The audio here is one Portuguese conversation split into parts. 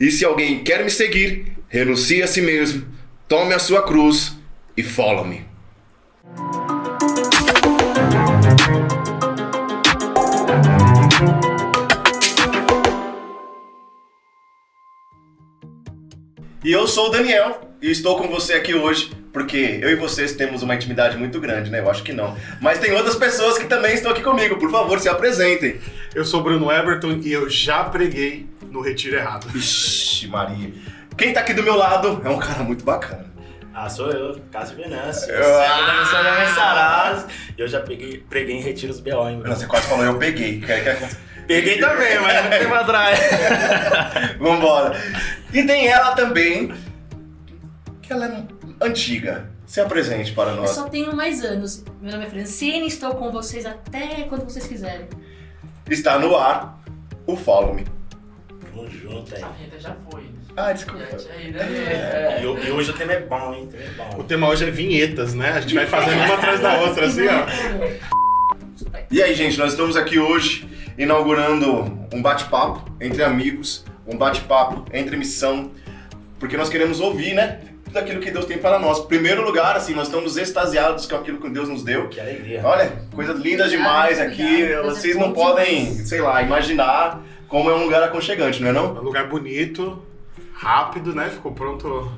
E se alguém quer me seguir, renuncie a si mesmo, tome a sua cruz e follow-me. E eu sou o Daniel e estou com você aqui hoje porque eu e vocês temos uma intimidade muito grande, né? Eu acho que não. Mas tem outras pessoas que também estão aqui comigo. Por favor, se apresentem. Eu sou Bruno Everton e eu já preguei no Retiro Errado. Ixi, Maria. Quem tá aqui do meu lado é um cara muito bacana. Ah, sou eu, Cássio Venâncio. Eu- Eu... Ah! Eu já peguei, preguei em retiros B.O. em Nossa, você quase falou eu peguei. Quer- quer- Peguei também, mas não tem pra trás. Vambora. E tem ela também, que ela é antiga. Se apresente para Eu nós. só tenho mais anos. Meu nome é Francine, estou com vocês até quando vocês quiserem. Está no ar o Follow Me. Tamo junto aí. A vinheta já foi. Ah, Já desculpa. tinha ido, né? E, ho- e hoje o tema é bom, hein? O tema é O bom. tema hoje é vinhetas, né? A gente vai fazendo uma atrás da outra, assim, ó. E aí, gente, nós estamos aqui hoje inaugurando um bate-papo entre amigos, um bate-papo entre missão, porque nós queremos ouvir, né? Tudo aquilo que Deus tem para nós. Primeiro lugar, assim, nós estamos extasiados com aquilo que Deus nos deu. Que alegria. Olha, coisas lindas demais Obrigada, aqui. obrigada. Vocês Coisa não boa podem, demais. sei lá, imaginar como é um lugar aconchegante, não é não? Um lugar bonito, rápido, né? Ficou pronto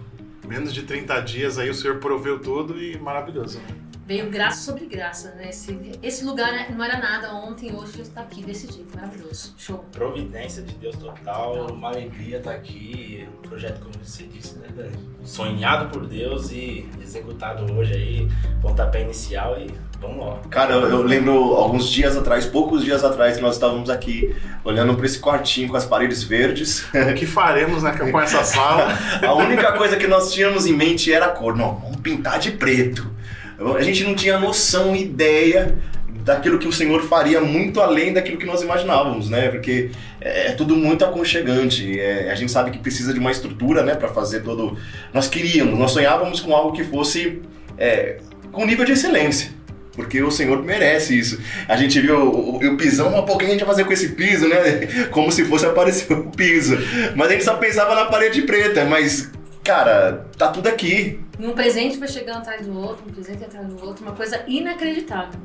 menos de 30 dias, aí o senhor proveu tudo e maravilhoso. né? Veio graça sobre graça, né? Esse, esse lugar né, não era nada ontem, hoje está aqui desse jeito, maravilhoso. Show. Providência de Deus total, uma alegria estar aqui. Um projeto, como você disse, né, Dani? Sonhado por Deus e executado hoje aí. Pontapé inicial e vamos lá. Cara, eu, eu lembro alguns dias atrás, poucos dias atrás, que nós estávamos aqui olhando para esse quartinho com as paredes verdes. O que faremos né, com essa sala? A única coisa que nós tínhamos em mente era a cor. Não, vamos pintar de preto. A gente não tinha noção, ideia daquilo que o Senhor faria muito além daquilo que nós imaginávamos, né? Porque é, é tudo muito aconchegante. É, a gente sabe que precisa de uma estrutura, né, para fazer todo. Nós queríamos, nós sonhávamos com algo que fosse é, com nível de excelência. Porque o Senhor merece isso. A gente viu o, o- o pisão, mas pô, o que a gente vai fazer com esse piso, né? Como se fosse aparecer o piso. Mas a gente só pensava na parede preta, mas, cara, tá tudo aqui. E um presente vai chegando atrás do outro, um presente atrás do outro, uma coisa inacreditável.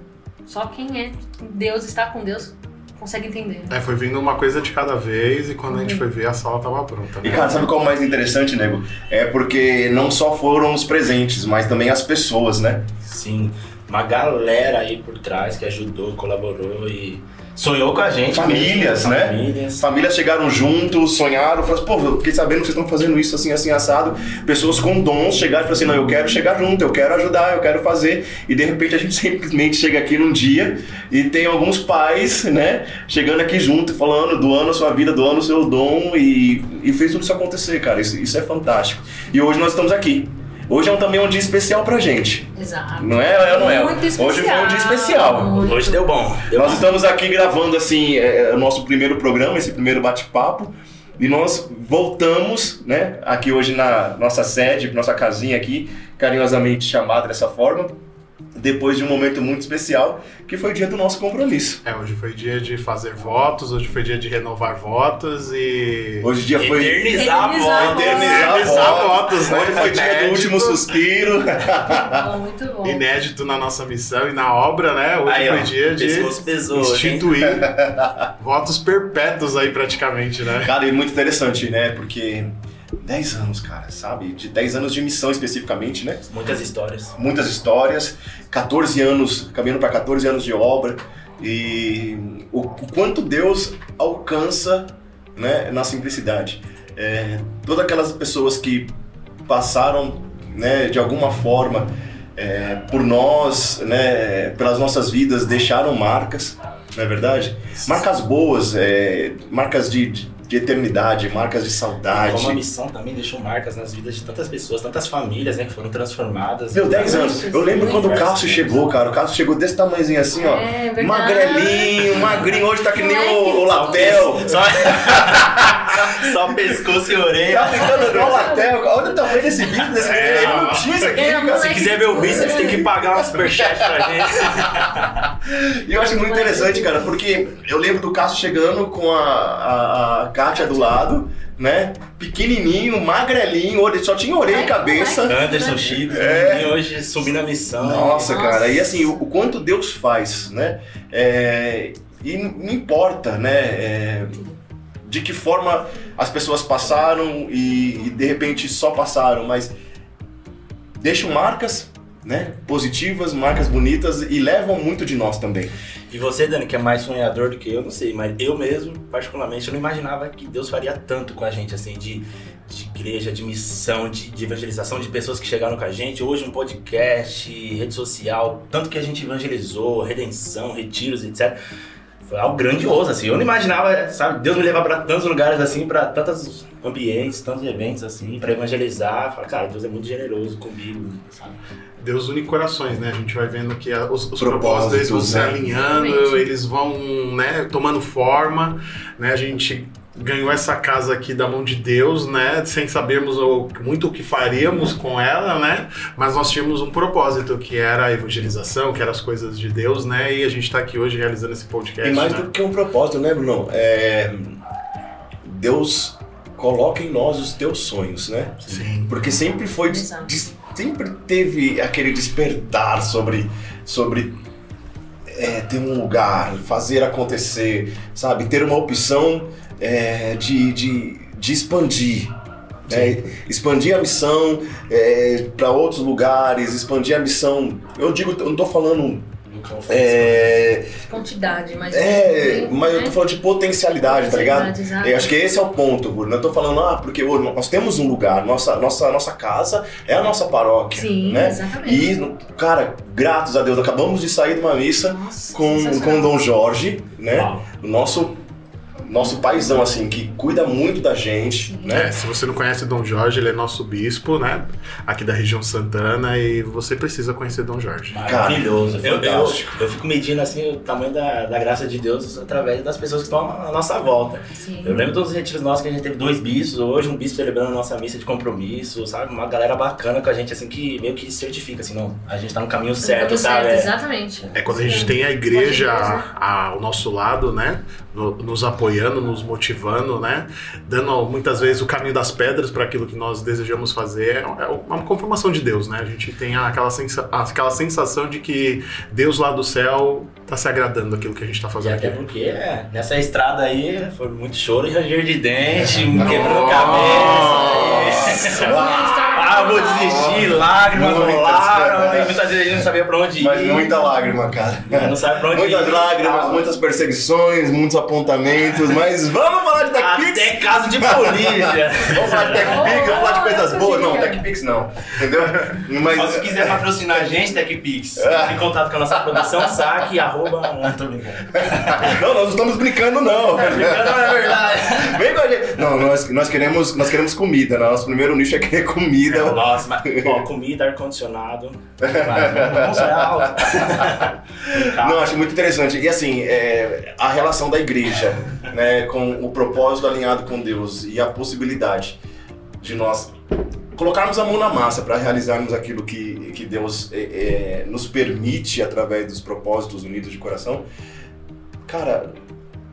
Só quem é Deus, está com Deus, consegue entender. né? É, foi vindo uma coisa de cada vez e quando a gente foi ver, a sala tava pronta. E, Né? cara, sabe qual é o mais interessante, nego? É porque não só foram os presentes, mas também as pessoas, né? Sim, uma galera aí por trás que ajudou, colaborou e sonhou com a gente. Famílias, né? Famílias. Famílias chegaram juntos, sonharam, falaram assim, pô, eu fiquei sabendo que vocês estão fazendo isso assim, assim, assado. Pessoas com dons chegaram e falaram assim, não, eu quero chegar junto, eu quero ajudar, eu quero fazer. E de repente a gente simplesmente chega aqui num dia e tem alguns pais, né, chegando aqui junto, e falando, doando a sua vida, doando o seu dom e, e fez tudo isso acontecer, cara. Isso, isso é fantástico. E hoje nós estamos aqui. Hoje é um- também um dia especial pra gente. Exato. Não é, é, não é? Muito especial. Hoje foi um dia especial. Muito. Hoje deu bom. Deu Nós bom. estamos aqui gravando assim é, o nosso primeiro programa, esse primeiro bate-papo, e nós voltamos, né, aqui hoje na nossa sede, nossa casinha aqui, carinhosamente chamada dessa forma, depois de um momento muito especial, que foi o dia do nosso compromisso. É, hoje foi dia de fazer votos, hoje foi dia de renovar votos e. Hoje o dia foi Eternizar a voz. Eternizar a voz. Eternizar votos, né? Hoje foi dia do Inédito. último suspiro. tá. bom, muito bom. Inédito na nossa missão e na obra, né? Hoje Aí, ó, foi dia de pescoço pesou, hein? instituir votos perpétuos aí praticamente, né? Cara, e muito interessante, né? Porque 10 anos, cara, sabe? De 10 anos de missão especificamente, né? Muitas histórias. muitas histórias, 14 anos, caminhando para 14 anos de obra e o, o quanto Deus alcança né, na simplicidade. É, todas aquelas pessoas que passaram né, de alguma forma é, por nós, né, pelas nossas vidas, deixaram marcas, não é verdade? Marcas boas, é, marcas de, de- de eternidade, marcas de Como a saudade. missão também deixou marcas nas vidas de tantas pessoas, tantas famílias, né? Que foram transformadas. Então, Meu, 10 anos. Eu lembro quando o Cássio chegou, cara. O Cássio chegou desse tamanhozinho assim, ó. É verdade. Magrelinho, magrinho, hoje tá que nem o, o Só- Lapel. Só... Só pescoço e orelha. Tá ficando igual até. Olha o tamanho desse bicho, desse É, Ele não ó. tinha isso aqui, É, cara. moleque. Se quiser ver o bíceps, tem que pagar um superchat pra gente. E eu acho muito interessante, cara, porque eu lembro do Cássio chegando com a, a, a Kátia do lado, né? Pequenininho, magrelinho, ore- só tinha orelha e cabeça. Anderson Chico, É. e hoje subindo a missão. Nossa, Nossa. cara, e assim, o, o quanto Deus faz, né? É, e não importa, né? É, de que forma as pessoas passaram e, e de repente só passaram, mas deixam marcas, né? Positivas, marcas bonitas e levam muito de nós também. E você, Dani, que é mais sonhador do que eu, não sei, mas eu mesmo, particularmente, eu não imaginava que Deus faria tanto com a gente, assim, de, de igreja, de missão, de, de evangelização, de pessoas que chegaram com a gente. Hoje, um podcast, rede social, tanto que a gente evangelizou, redenção, retiros, etc. Foi algo grandioso, assim. Eu não imaginava, sabe, Deus me levar pra tantos lugares, assim, pra tantos ambientes, tantos eventos, assim, pra evangelizar. Falar, cara, Deus é muito generoso comigo, sabe? Deus une corações, né? A gente vai vendo que a- os, os Propósitos, propósitos eles vão se né? alinhando, Exatamente. eles vão né, tomando forma, né? A gente ganhou essa casa aqui da mão de Deus, né? Sem sabermos o- muito o que faríamos com ela, né? Mas nós tínhamos um propósito que era a evangelização, que eram as coisas de Deus, né? E a gente está aqui hoje realizando esse podcast. E mais né? do que um propósito, né, Bruno? É, Deus coloca em nós os teus sonhos, né? Sim. Porque sempre foi. des- Exato. des- sempre teve aquele despertar sobre. sobre é, ter um lugar, fazer acontecer, sabe? Ter uma opção é, de, de, de expandir. né? expandir a missão para outros lugares, expandir a missão. Eu digo, eu não tô falando. Nunca é, Quantidade, mas. né? é, mas eu tô falando de potencialidade, tá ligado? Exato. Eu acho que esse é o ponto, Bruno. Eu tô falando, ah, porque ô, nós temos um lugar, nossa, nossa, nossa casa é a nossa paróquia, Sim, né? exatamente. E, cara, gratos a Deus, acabamos de sair de uma missa Nossa, com, sensacional. com Dom Jorge, né? Uau. O nosso, nosso paizão, assim, que cuida muito da gente, Sim. né? É, se você não conhece Dom Jorge, ele é nosso bispo, né? Aqui da região Santana, e você precisa conhecer Dom Jorge. Maravilhoso, Cara, eu, eu, fantástico. eu fico medindo assim o tamanho da, da graça de Deus através das pessoas que estão à nossa volta. Sim. Eu lembro dos retiros nossos que a gente teve dois bispos, hoje um bispo celebrando a nossa missa de compromisso, sabe? Uma galera bacana com a gente, assim, que meio que certifica, assim, não, a gente tá no caminho certo, Tudo sabe? É. Exatamente. É quando a Sim. gente tem a igreja Com certeza. a- ao nosso lado, né? No- nos apoiando, nos motivando, né? Dando muitas vezes o caminho das pedras para aquilo que nós desejamos fazer. É é uma confirmação de Deus, né? A gente tem aquela, sensa- aquela sensação de que Deus lá do céu tá se agradando daquilo que a gente tá E fazendo até aqui. porque é, nessa estrada aí foi muito choro e ranger de dente, quebrando Nossa! cabeça. é. Ah, vou desistir, lágrimas Muitas, rolaram, cara. e muitas vezes a gente não sabia pra onde ir. Mas muita lágrima, cara. Não sabe pra onde Muitas ir. Ah. lágrimas, muitas perseguições, muitos apontamentos, mas vamos falar de TechPix! Até caso de polícia. Vamos falar de TechPix, vamos falar de coisas boas. Não, TechPix não. Entendeu? Só Mas. se quiser patrocinar a gente, TechPix, É. entre em contato com a nossa produção, saque, arroba... Não, tô brincando. Ah, Não, nós não estamos Tá brincando, não. Brincando, não é verdade. Vem com a gente. Não, nós, nós queremos, nós queremos comida. né? Nosso primeiro nicho é querer comida. Nossa, mas, ó, comida, ar-condicionado, mas vamos sonhar alto. Tá. Não, acho muito interessante. E assim, é, a relação da igreja, né, com o propósito alinhado com Deus e a possibilidade de nós colocarmos a mão na massa para realizarmos aquilo que, que Deus é, é, nos permite através dos propósitos unidos de coração, cara,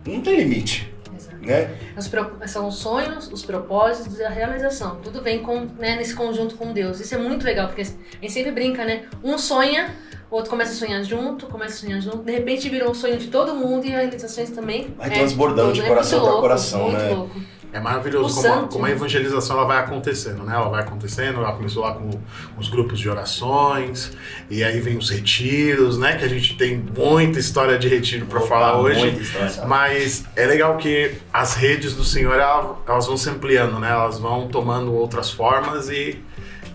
não tem limite, Exato. né? Os pro- São os sonhos, os propósitos e a realização. Tudo vem com, né, nesse conjunto com Deus. Isso é muito legal, porque a gente sempre brinca, né? Um sonha, o outro começa a sonhar junto, começa a sonhar junto. De repente virou um sonho de todo mundo e realizações também. Vai é, transbordando de tudo. É coração muito pra louco, coração, muito né? Louco. É O maravilhoso como, santo, como a né? evangelização ela vai acontecendo, né? Ela vai acontecendo, ela começou lá com os grupos de orações, e aí vem os retiros, né? Que a gente tem muita história de retiro para falar Tá hoje. Muita história. Mas é legal que as redes do Senhor ela- elas vão se ampliando, né? Elas vão tomando outras formas e,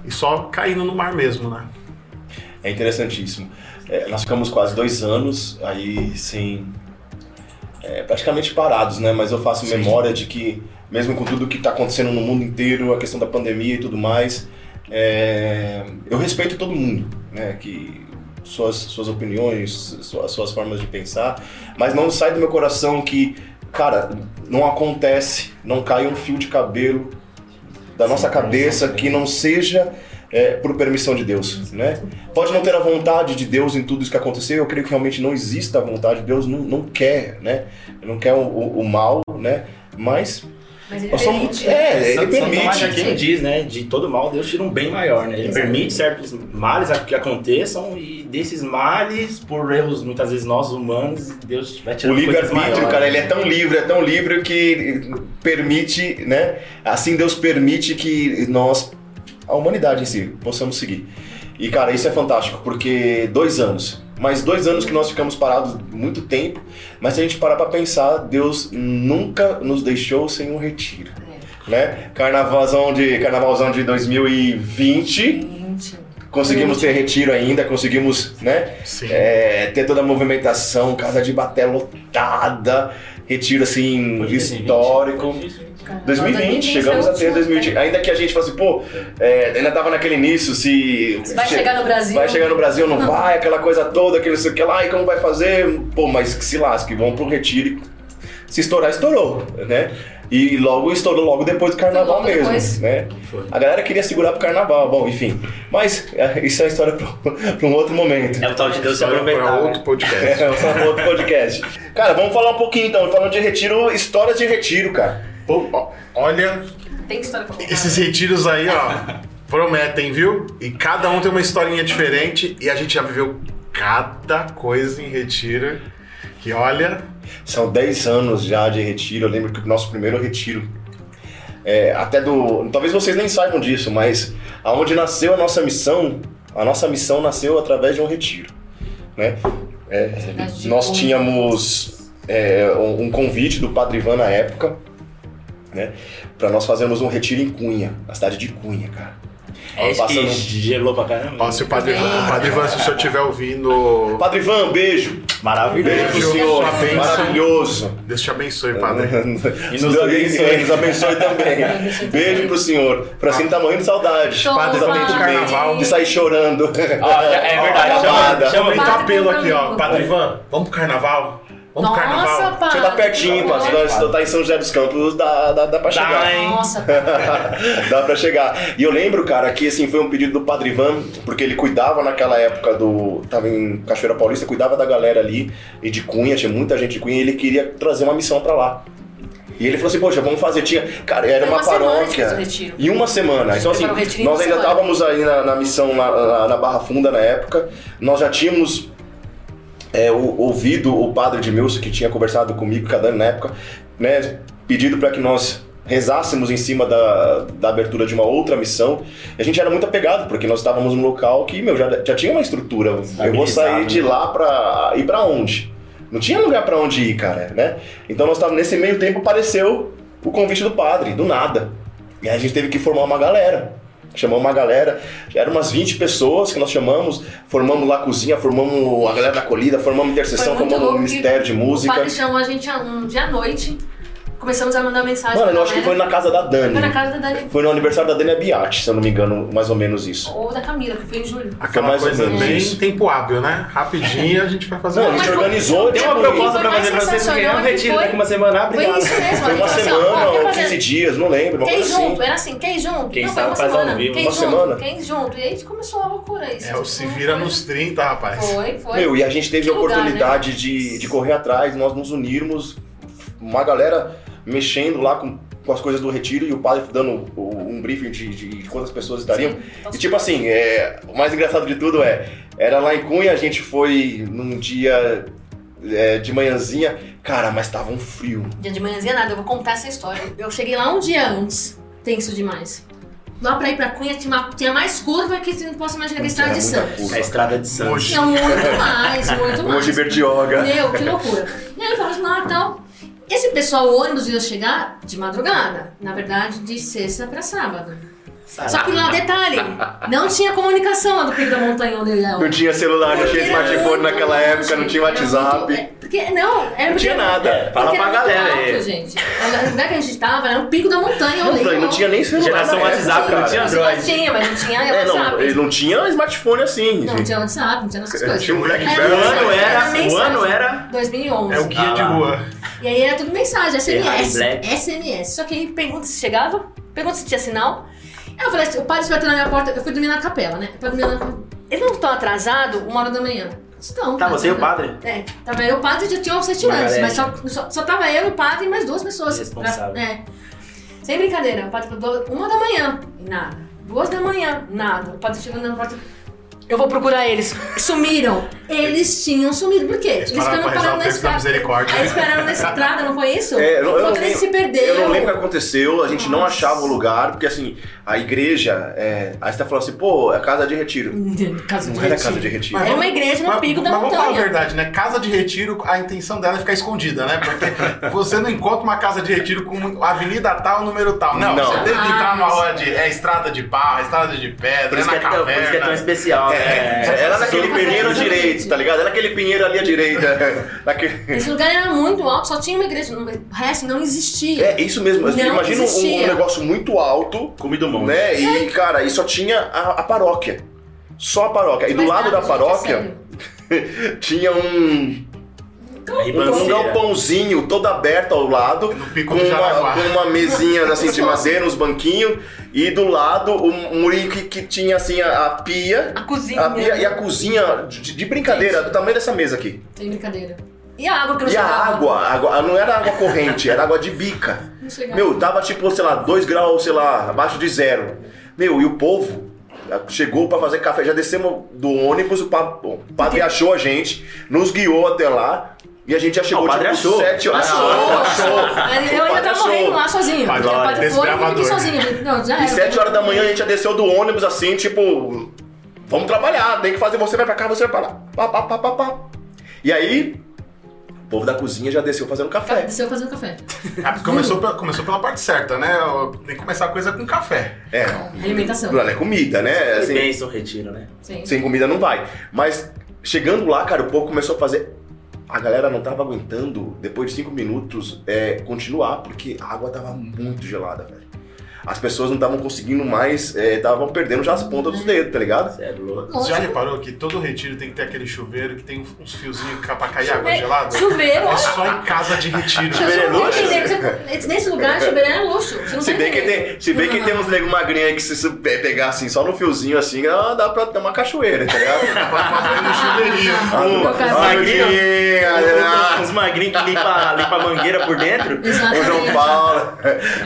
e só caindo no mar mesmo, né? É interessantíssimo. É, nós ficamos quase dois anos aí sem. é, praticamente parados, né? Mas eu faço Sim. memória de que, mesmo com tudo que está acontecendo no mundo inteiro, a questão da pandemia e tudo mais, é, eu respeito todo mundo, né? Que suas, suas opiniões, suas, suas formas de pensar, mas não sai do meu coração que cara, não acontece, não cai um fio de cabelo da nossa cabeça que não seja é, por permissão de Deus, né? Pode não ter a vontade de Deus em tudo isso que aconteceu, eu creio que realmente não existe a vontade de Deus, não, não quer, né? Ele não quer o, o- o mal, né? Mas Mas ele nós somos- permite. né? é, ele Santo- Santo Tomás de permite. Aquino diz, né? De todo mal, Deus tira um bem maior, né? Ele Exato. permite certos males a- que aconteçam e desses males, por erros muitas vezes nós humanos, Deus vai O tirando coisas livre-arbítrio, maiores. cara, ele é tão livre, é tão livre que permite, né? Assim Deus permite que nós, a humanidade em si, possamos seguir. E, cara, isso é fantástico, porque dois anos, mais dois anos que nós ficamos parados muito tempo, mas se a gente parar pra pensar, Deus nunca nos deixou sem um retiro, né? Carnavalzão de, carnavalzão de 2020, Gente, conseguimos ter retiro ainda, conseguimos, né? Sim. É, ter toda a movimentação, casa de baté lotada, retiro assim Foi 2020, histórico. foi 2020. cara, 2020, chegamos foi a ter o último, 2020. né? Ainda que a gente fosse, pô, é, ainda tava naquele início, se. Vai che- chegar no Brasil. vai chegar no Brasil, não vai, aquela coisa toda, aquele não sei o que lá, e como vai fazer? Pô, mas que se lasque, vão pro retiro. e Se estourar, estourou, né? E logo estourou logo depois do carnaval logo mesmo, depois. né? Foi. A galera queria segurar pro carnaval, bom, enfim. Mas é, isso é história para um outro momento. É o tal de Deus se Saiu pra aproveitar. outro né? podcast. É, o sabor do podcast. Cara, vamos falar um pouquinho então, falando de retiro, histórias de retiro, cara. Pô, ó, olha, Tem história pra contar. né? esses retiros aí, ó, prometem, viu? E cada um tem uma historinha diferente e a gente já viveu cada coisa em retiro. Que olha, São 10 anos já de retiro, eu lembro que o nosso primeiro retiro. é, até do. Talvez vocês nem saibam disso, mas aonde nasceu a nossa missão, a nossa missão nasceu através de um retiro. Né? É, Cidade de nós Contas. tínhamos é, um um convite do Padre Ivan na época, né? Pra nós fazermos um retiro em Cunha, na cidade de Cunha, cara. É isso que Passando- gelou pra caramba. né? ó, se o Padre Ivan, Padre Ivan, se o senhor estiver ouvindo, Padre Ivan, um beijo! Beijo pro Beijo, senhor, uma bênção. maravilhoso. Deus te abençoe, Padre. E nos abençoe, nos abençoe também. Beijo pro senhor. Francine tá morrendo de saudade. Toma. Padre vem pro carnaval. De sair chorando. Ah, é verdade, Ó, chama- acabada. chama- Muito Padre apelo aqui, ó. Ivan. Padre Ivan, vamos pro carnaval? Vamos pro Nossa, carnaval? pá. Você tá pertinho, pá. Se nós- se eu tá em São José dos Campos, dá, dá, dá pra chegar. hein? Nossa, pá. Dá pra chegar. E eu lembro, cara, que assim, foi um pedido do Padre Ivan, porque ele cuidava naquela época do. Tava em Cachoeira Paulista, cuidava da galera ali e de Cunha, tinha muita gente de Cunha, e ele queria trazer uma missão pra lá. E ele falou assim, poxa, vamos fazer, tinha. Cara, era Foi uma, semana a gente paróquia. fez o retiro. Em uma semana. Então, assim, Preparou o retiro em nós uma ainda semana. estávamos aí na, na missão na, na- na Barra Funda na época. Nós já tínhamos é, o- ouvido o padre de Milson, que tinha conversado comigo, cada ano na época, né, pedido para que nós rezássemos em cima da, da abertura de uma outra missão. E a gente era muito apegado, porque nós estávamos num local que, meu, já, já tinha uma estrutura. Eu vou sair de lá para ir para onde? Não tinha lugar para onde ir, cara, né? Então nós estávamos nesse meio tempo apareceu o convite do padre, do nada. E aí a gente teve que formar uma galera. Chamamos uma galera, eram umas 20 pessoas que nós chamamos, formamos lá a cozinha, formamos a galera da acolhida, formamos intercessão, Foi muito formamos o louco que Ministério um de O Música. padre chamou a gente a- um dia à noite. Começamos a mandar mensagem. Mano, pra eu acho que foi galera. na casa da né? Foi na Dani. casa da Dani Foi no aniversário da Dani Abiati, se eu não me engano, mais ou menos isso. ou da Camila, que foi em julho. Aquela Mais ou é coisa menos bem isso. tempo hábil, né? Rapidinho a gente vai fazer Não, uma- a gente Mas foi- organizou, Tem tipo, uma proposta pra fazer pra vocês, querem um retiro daqui uma semana, Foi isso mesmo. foi a uma gente falou semana ó, quer ou fazer- 15 dias, não lembro, uma Quem coisa assim. junto? Era assim, quem junto? Quem não, foi sabe uma faz ao semana. vivo. Quem Uma junto? semana. Quem junto? E aí começou a loucura isso. É, o se vira nos 30, rapaz. Foi, foi. Meu, e a gente teve Que a lugar, né? oportunidade de, de correr atrás, nós nos unirmos, uma galera mexendo lá com, com as coisas do retiro e o padre dando o- um briefing de, de, de quantas pessoas estariam. E tipo assim, é, o mais engraçado de tudo é, era lá em Cunha, a gente foi num dia é, de manhãzinha, cara, mas tava um frio. Dia de manhãzinha nada, eu vou contar essa história. Eu cheguei lá um dia antes, tenso demais. Lá pra ir pra Cunha tinha, uma- tinha mais curva que você não posso imaginar que a estrada de Era muita Santos. curva. A estrada de Santos. Hoje. Tinha muito é um mais, muito mais. Hoje Bertioga. Meu, que loucura. E aí eu falava assim, não, então. Esse pessoal, o ônibus ia chegar de madrugada. Na verdade, de sexta pra sábado. Só que lá, detalhe, não tinha comunicação lá do Pico da Montanha onde ele é. Não tinha celular, não tinha Porque era smartphone muito naquela longe, época, não tinha era muito- WhatsApp. é, porque, não, era Não tinha porque- nada. Fala pra porque era muito galera alto, aí. é gente. O lugar que a gente tava era no pico da montanha, eu Não, lembro. não tinha nem celular. Geração na época, WhatsApp, cara. não tinha Não Android. tinha, mas não tinha É, não, WhatsApp. ele não tinha smartphone assim. Não gente. tinha WhatsApp, não tinha essas É, coisas. tinha um Era Blackberry. O ano mensagem, era. O mensagem. ano era. 2011. É o guia Ah, de lá. rua. E aí era tudo mensagem, Ferrari SMS. Black. SMS. Só que aí pergunta se chegava, pergunta se tinha sinal. Aí eu falei assim, o padre bateu na minha porta, eu fui dormir na capela, né? Pra dormir na... Eles não estão atrasados uma hora da manhã. Estão. Tá, você e o atrasados. padre? É, tava eu, o padre já tinha uns sete Uma anos, galera. mas só, só, só tava eu e o padre e mais duas pessoas. Responsável. é. Sem brincadeira, o padre falou uma da manhã, nada. Duas da manhã, nada. O padre chegando na porta, eu vou procurar eles. Sumiram. Eles tinham sumido, por quê? Eles, pararam pra ficaram rezar o parados texto na da estrada. misericórdia. Aí esperaram na estrada, não foi isso? É, eu não- eu não Quando eles se perderam. Eu não lembro o que aconteceu, a gente não Nossa. achava o lugar, porque assim, a igreja, é, aí você tá falando assim, pô, é casa de retiro. Casa de Não era retiro. casa de retiro. É uma igreja no Mas, pico da mas vamos falar a montanha. verdade, né? Casa de retiro, a intenção dela é ficar escondida, né? Porque você não encontra uma casa de retiro com avenida tal, número tal. Não, Não. você teve que Ah, entrar numa sim. roda de. É estrada de barro, é estrada de Por pedra, é isso na que é tão- por isso que é tão caverna. especial, né? É, era naquele Exatamente. pinheiro à direita, tá ligado? Era aquele pinheiro ali à direita. Naquele- Esse lugar era muito alto, só tinha uma igreja. O resto não existia. É isso mesmo, Não imagina um- um, existia. negócio muito alto, Comida mão. né? E, cara, e só tinha a, a paróquia. Só a paróquia. E do Mas lado nada, da gente, é paróquia sério. tinha um, A um ribanceira. galpãozinho todo aberto ao lado. No pico com do tá uma, Jaraguá. com uma mesinha assim de madeira, uns banquinhos, e do lado um murinho que, que tinha assim a, a pia. A cozinha. A pia e a cozinha de, de brincadeira, do tamanho dessa mesa aqui. Tem brincadeira. E a água que não E a chegava? água, a água não era água corrente, era água de bica. Não chegava. Meu, tava tipo, sei lá, 2 graus, sei lá, abaixo de zero. Meu, e o povo ah, chegou pra fazer café. Já descemos do ônibus, o pa- o padre achou a gente, nos guiou até lá. E a gente já chegou o padre tipo achou. 7 horas. Achou, Aí Eu ainda tava morrendo lá sozinho. Padre, Porque o padre foi e eu desbravador. fiquei sozinho. Não, já E era. 7 horas da manhã a gente já desceu do ônibus assim, tipo, vamos trabalhar, tem que fazer, você vai pra cá, você vai pra lá. Pá, pá, pá, pá, pá. E aí, o povo da cozinha já desceu fazendo café. Desceu fazer um café. Ah, começou, pela, começou pela parte certa, né? Tem que começar a coisa com café. É, Alimentação. não é comida, né? Que Assim, bênção, retiro, né? Sim. sem comida não vai. Mas chegando lá, cara, o povo começou a fazer. A galera não tava aguentando, depois de cinco minutos, é, continuar, porque a água tava muito gelada, velho. As pessoas não estavam conseguindo mais, estavam perdendo já as pontas dos dedos, tá ligado? Você é louco. Você já Lógico. reparou que todo retiro tem que ter aquele chuveiro que tem uns fiozinhos que- pra cair água Chuve- gelada? Chuveiro, É olha. só em casa de retiro. Chuveiro é luxo? luxo? Nesse lugar, chuveiro era luxo. Você não Ah. Se tá bem que entendendo. tem, se bem que Não, tem não, uns nego magrinho aí que se su- pe- pegar assim, só no fiozinho assim, ah, dá pra ter uma cachoeira, tá ligado? Pode fazer um no chuveirinho. Ah, Meu caso- ah, o Magrinho. dinheiro, ah, Os magrinhos que limpa, limpa a mangueira por dentro. o João Exatamente. Paulo.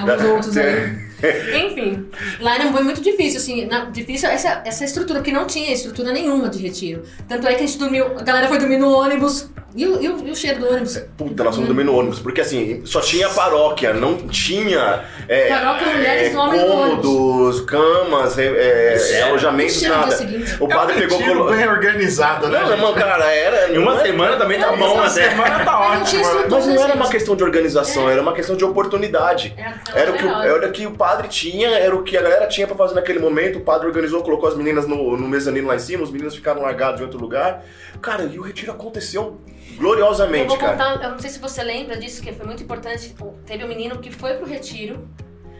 Alguns outros aí. Enfim, lá era foi muito difícil, assim, na- difícil essa, essa estrutura, porque não tinha estrutura nenhuma de retiro. Tanto é que a gente dormiu, a galera foi dormir no ônibus. E o, e o- e o cheiro do ônibus? Puta, nós fomos dormir no ônibus, porque assim, só tinha paróquia, não tinha. É, Paróquia, mulheres, homens no cômodos, camas, é, é, Sério? O alojamentos, cheiro do dia nada. seguinte. O É um padre pegou. retiro Colo... bem organizado, né? Não, é gente? irmão, cara, era. é- Em uma semana também tá Não, bom, mas até. Semana tá Mas não ótima. tinha estrutura. Mas não era gente. uma questão de organização, É. era uma questão de oportunidade. Era o, que, é o- era o que o padre tinha, era o que a galera tinha pra fazer naquele momento. O padre organizou, colocou as meninas no, no mezanino lá em cima, os meninos ficaram largados em outro lugar. Cara, e o retiro aconteceu Eu gloriosamente, vou cara. contar, eu não sei se você lembra disso, que foi muito importante. Teve um menino que foi pro retiro,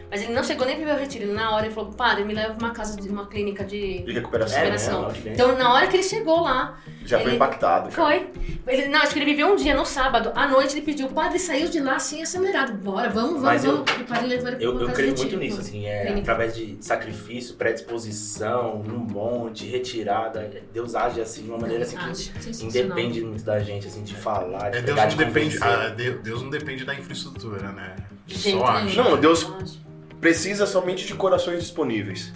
mas ele não chegou nem pra ver o retiro. Ele, Na hora ele falou, padre, me leva pra uma casa de uma clínica De de. recuperação. É. Então na hora que ele chegou lá, Já foi Ele- impactado, cara. foi. Ele, não, acho que ele viveu um dia no sábado, à noite ele pediu, o padre saiu de lá assim, acelerado. Bora, vamos, vamos, Mas eu- vamos. E o padre levou ele pra Eu, uma eu casa creio de muito retiro. nisso, assim, é, Clínica. através de sacrifício, predisposição, num monte, retirada, Deus age assim de uma maneira assim que Acho sensacional. independe muito da gente, assim, de falar, de É, Deus, pegar, não de depende, convencer. ah, Deus- Deus não depende da infraestrutura, né? De Ele jeito Só nenhum. acha. Não, Deus- Eu acho. precisa somente de corações disponíveis.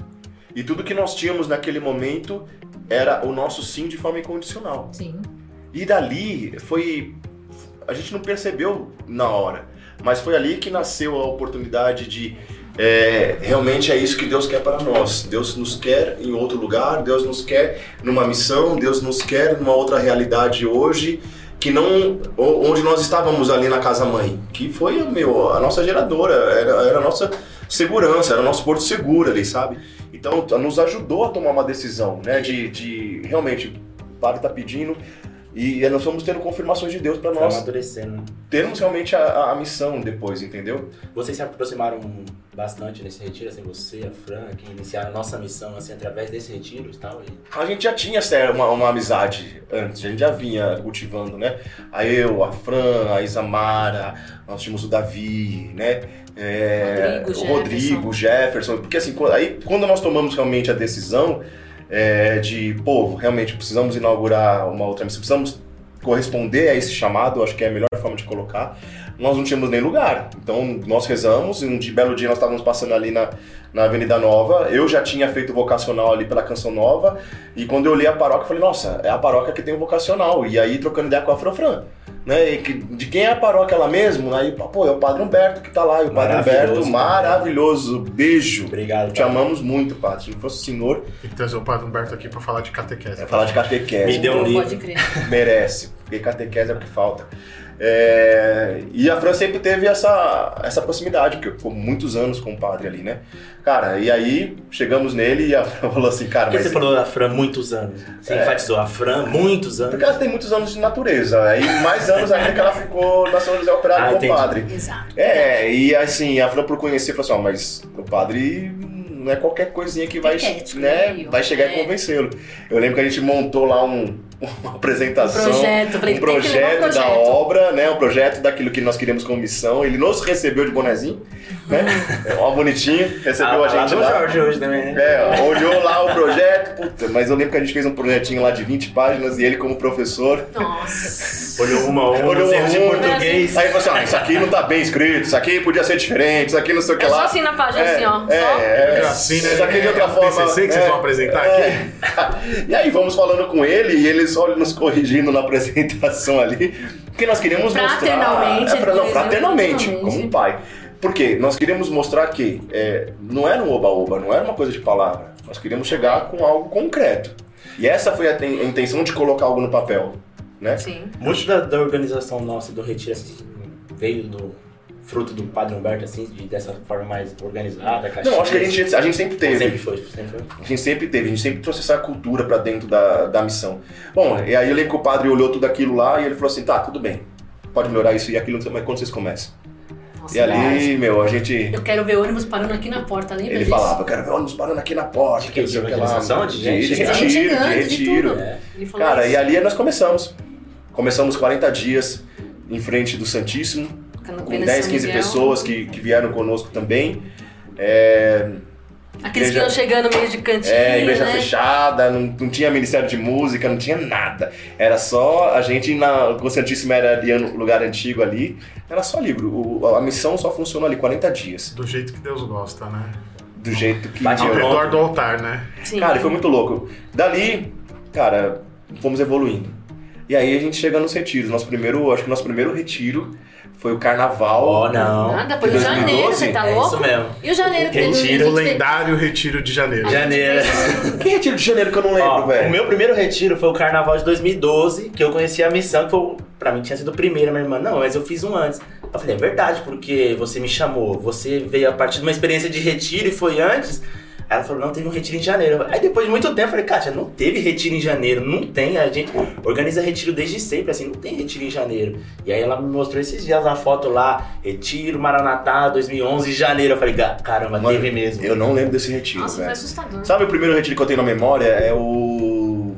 E tudo que nós tínhamos naquele momento era o nosso sim de forma incondicional. Sim. E dali foi. A gente não percebeu na hora, mas foi ali que nasceu a oportunidade de. é, realmente é isso que Deus quer para nós. Deus nos quer em outro lugar, Deus nos quer numa missão, Deus nos quer numa outra realidade hoje que não o- onde nós estávamos ali na casa mãe, que foi meu a nossa geradora, era, era a nossa segurança, era o nosso porto seguro ali, sabe? Então nos ajudou a tomar uma decisão, né? De, de realmente o padre tá pedindo E nós fomos tendo confirmações de Deus para Foi um nós amadurecendo. termos realmente a, a missão depois, entendeu? Vocês se aproximaram bastante nesse retiro, assim, você, a Fran, que iniciaram a nossa missão, assim, através desse retiro e tal. E... A gente já tinha essa, uma, uma amizade antes, a gente já vinha cultivando, né? A eu, a Fran, a Isamara, nós tínhamos o Davi, né? É, Rodrigo, o Rodrigo, Jefferson. Porque assim, quando- aí quando nós tomamos realmente a decisão é, de, pô, realmente precisamos inaugurar uma outra missão, precisamos corresponder a esse chamado, acho que é a melhor forma de colocar, nós não tínhamos nem lugar. Então nós rezamos, e um de- belo dia nós estávamos passando ali na, na Avenida Nova, eu já tinha feito vocacional ali pela Canção Nova, e quando eu olhei a paróquia, eu falei, nossa, é a paróquia que tem o vocacional. E aí, trocando ideia com a Frofran. Né? E que- de quem é a paróquia lá mesmo? Aí, pô, é o Padre Humberto que tá lá. E o Padre Maravilhoso, Humberto, maravilhoso. Beijo. Obrigado. Te pai. amamos muito, Padre. Se não fosse o senhor, Tem que trazer o Padre Humberto aqui pra falar de catequese. é falar de Me catequese. deu um Não livro. Pode crer. merece, porque catequese é o que falta. É, e a Fran sempre teve essa, essa proximidade, porque ficou muitos anos com o padre ali, né? Cara, e aí chegamos nele e a Fran falou assim, cara, Por que mas... você falou da Fran muitos anos? Você enfatizou a Fran muitos anos. Porque ela tem muitos anos de natureza, aí mais anos ainda que ela ficou na São José Ah, Operário com o entendi. padre. Exato. É, e assim, a Fran por conhecer falou assim, ó, mas o padre não é qualquer coisinha que vai, Piquete, né, meio, vai chegar é. e convencê-lo. Eu lembro que a gente montou lá um- uma Um apresentação. projeto, falei, um tem que levar um projeto, projeto. da obra, né? Um projeto daquilo que nós queríamos como missão. Ele nos recebeu de bonezinho, né? É, Uhum. Ó, bonitinho, recebeu a, Ah, lá gente do lá. Jorge hoje também, né? É, olhou lá o projeto, puta, mas eu lembro que a gente fez um projetinho lá de 20 páginas e ele como professor. Nossa. Olhou uma a um uma, Olhou os erros de uma, é Aí português. falou assim: ah, isso aqui não tá bem escrito, isso aqui podia ser diferente, isso aqui não sei o que É só lá. assim na página, assim, ó. É, só. é, É assim, né? Só que de outra É o forma. é. TCC que vocês vão apresentar aqui? e aí vamos falando com ele e eles só nos corrigindo na apresentação ali. Porque nós queríamos Fraternalmente, mostrar. É, fra- não, ele fraternalmente, fraternalmente. como um pai. Porque nós queríamos mostrar que é, não era um oba-oba, não era uma coisa de palavra. Nós queríamos chegar com algo concreto. E essa foi a, ten- a intenção de colocar algo no papel. Né? Sim. Muito da, da organização nossa do Retiro assim, veio do fruto do Padre Humberto, assim, de, dessa forma mais organizada, caixinha. assim. Não, acho que a gente, a gente sempre teve. Sempre foi, sempre foi. A gente sempre teve, a gente sempre trouxe essa cultura pra dentro da, da missão. Bom, e aí eu lembro que o padre olhou tudo aquilo lá e ele falou assim: tá, tudo bem, pode melhorar isso e aquilo, mas quando vocês começam? Nossa, E ali, verdade. meu, a gente. Eu quero ver ônibus parando aqui na porta, lembra Ele disso? falava: eu quero ver ônibus parando aqui na porta, De que? não sei De o que lá. evangelização? De gente? de De gente retiro, de chegando, de retiro. tudo. É. Ele falou Cara, e isso. ali nós começamos. Começamos 40 dias em frente do Santíssimo. Ficando com apenas 10, São 15 Miguel. pessoas que, que vieram conosco também. É, Aqueles que Igreja- iam chegando meio de cantinho, É, igreja né? fechada, não, não tinha ministério de música, não tinha nada. Era só a gente na o Santíssimo era ali no lugar antigo ali. Era só livro. O- a missão só funcionou ali 40 dias, Do jeito que Deus gosta, né? do jeito que Bate Ao Sim. redor do altar, né? Sim. Cara, e foi muito louco. Dali, cara, fomos evoluindo. E aí a gente chega nos retiros. Nosso primeiro, acho que nosso primeiro retiro foi o carnaval. Oh, não. Nada, foi em 2012, janeiro, você tá é louco? isso mesmo. E o janeiro que Retiro teve- O a gente teve- lendário Retiro de Janeiro. Janeiro. Que retiro de janeiro que eu não lembro, Ó, velho? o meu primeiro retiro foi o carnaval de 2012, que eu conheci a missão, que foi, pra mim tinha sido o primeiro, minha irmã, não, mas eu fiz um antes. Eu falei, é verdade, porque você me chamou, você veio a partir de uma experiência de retiro e foi antes. Aí ela falou, não, teve um retiro em janeiro. Aí depois de muito tempo, eu falei, Kátia, não teve retiro em janeiro, não tem, a gente organiza retiro desde sempre, assim, não tem retiro em janeiro. E aí ela me mostrou esses dias uma foto lá, retiro Maranatá 2011, janeiro. Eu falei, "Ga- caramba, Mano, teve mesmo. Eu não lembro desse retiro, Nossa, velho. foi assustador. Sabe o primeiro retiro que eu tenho na memória? É o.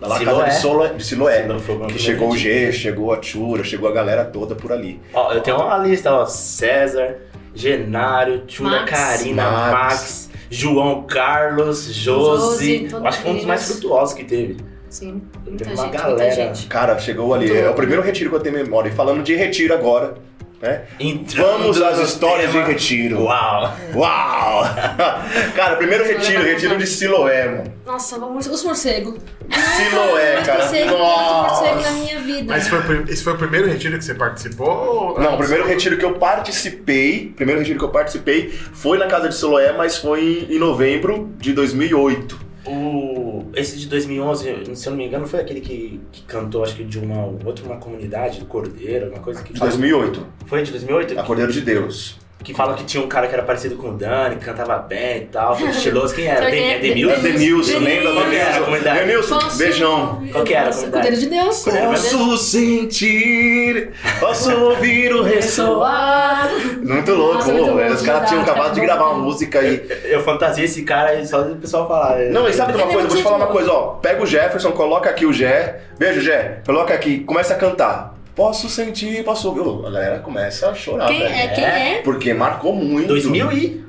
Da La Casa Siloé. de, Solo, de Siloé. Não foi o meu Que primeiro chegou o G, retiro. chegou a Tchura, chegou a galera toda por ali. Ó, eu tenho uma lista, ó. César, Genário, Tchula Max. Karina, Max. Max. João Carlos, Josi. Josi, todo acho que foi um dos mais Minas. frutuosos que teve. Sim, Eu muita lembro gente, uma muita galera. gente. Cara, chegou ali. Muito É o louco, primeiro retiro que eu tenho em memória. E falando de retiro agora, né? Entrando Vamos às no histórias tema. de retiro. Uau! Uau! cara, primeiro Siloé retiro, tá retiro de vontade. Siloé, mano. Nossa, vamos- os morcegos. Siloé, É, cara. morcego, Nossa. morcego na minha vida. Mas foi o prim- esse foi o primeiro retiro que você participou? Não, o primeiro retiro que eu participei, primeiro retiro que eu participei foi na Casa de Siloé, mas foi em- em novembro de 2008. O, esse de 2011, se eu não me engano, foi aquele que, que cantou, acho que de uma outra uma comunidade, do Cordeiro, alguma coisa que. De 2008. Ah. Foi de 2008? A Cordeiro de Deus. Que falam que tinha um cara que era parecido com o Dani, que cantava bem e tal, todo estiloso. Quem era? Sabe Ben, quem é? é Demilson? Denilson, lembra da Denilson. É Denilson? Comunidade. Denilson, Posso- beijão. Qual que era a Nossa, comunidade? Cordeiro de Deus. Posso sentir, posso ouvir o ressoar. Soar. Muito louco, Nossa, muito pô, velho. bom, Os caras tinham verdade, acabado de tá gravar bom. uma música e. Eu fantasia esse cara e só o pessoal falar. é. Não, e sabe de uma Ele é coisa? muito Vou te falar gente uma coisa, ó. Pega o Jefferson, coloca aqui o Jé. Beijo, Jé. Coloca aqui, começa a cantar. Posso sentir, posso ouvir. Ô, A galera começa a chorar, Quem velho. é? Quem é? Porque marcou muito. 2000 e...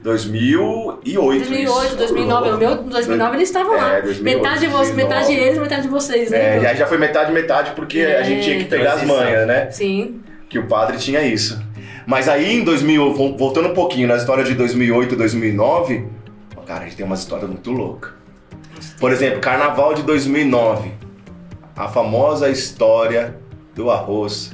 2008. 2008, isso. 2009, o meu, 2009 eles estavam lá. É, 2008, Metade de vocês, 2009. metade eles, metade de vocês, né? É, e aí já foi metade, metade, porque a É, gente tinha que pegar as transição. manhas, né? Sim. que o padre tinha isso. Mas aí em 2000, vol- voltando um pouquinho na história de 2008 e 2009, ó, cara, a gente tem umas histórias muito loucas. Por exemplo, Carnaval de 2009, a famosa história do arroz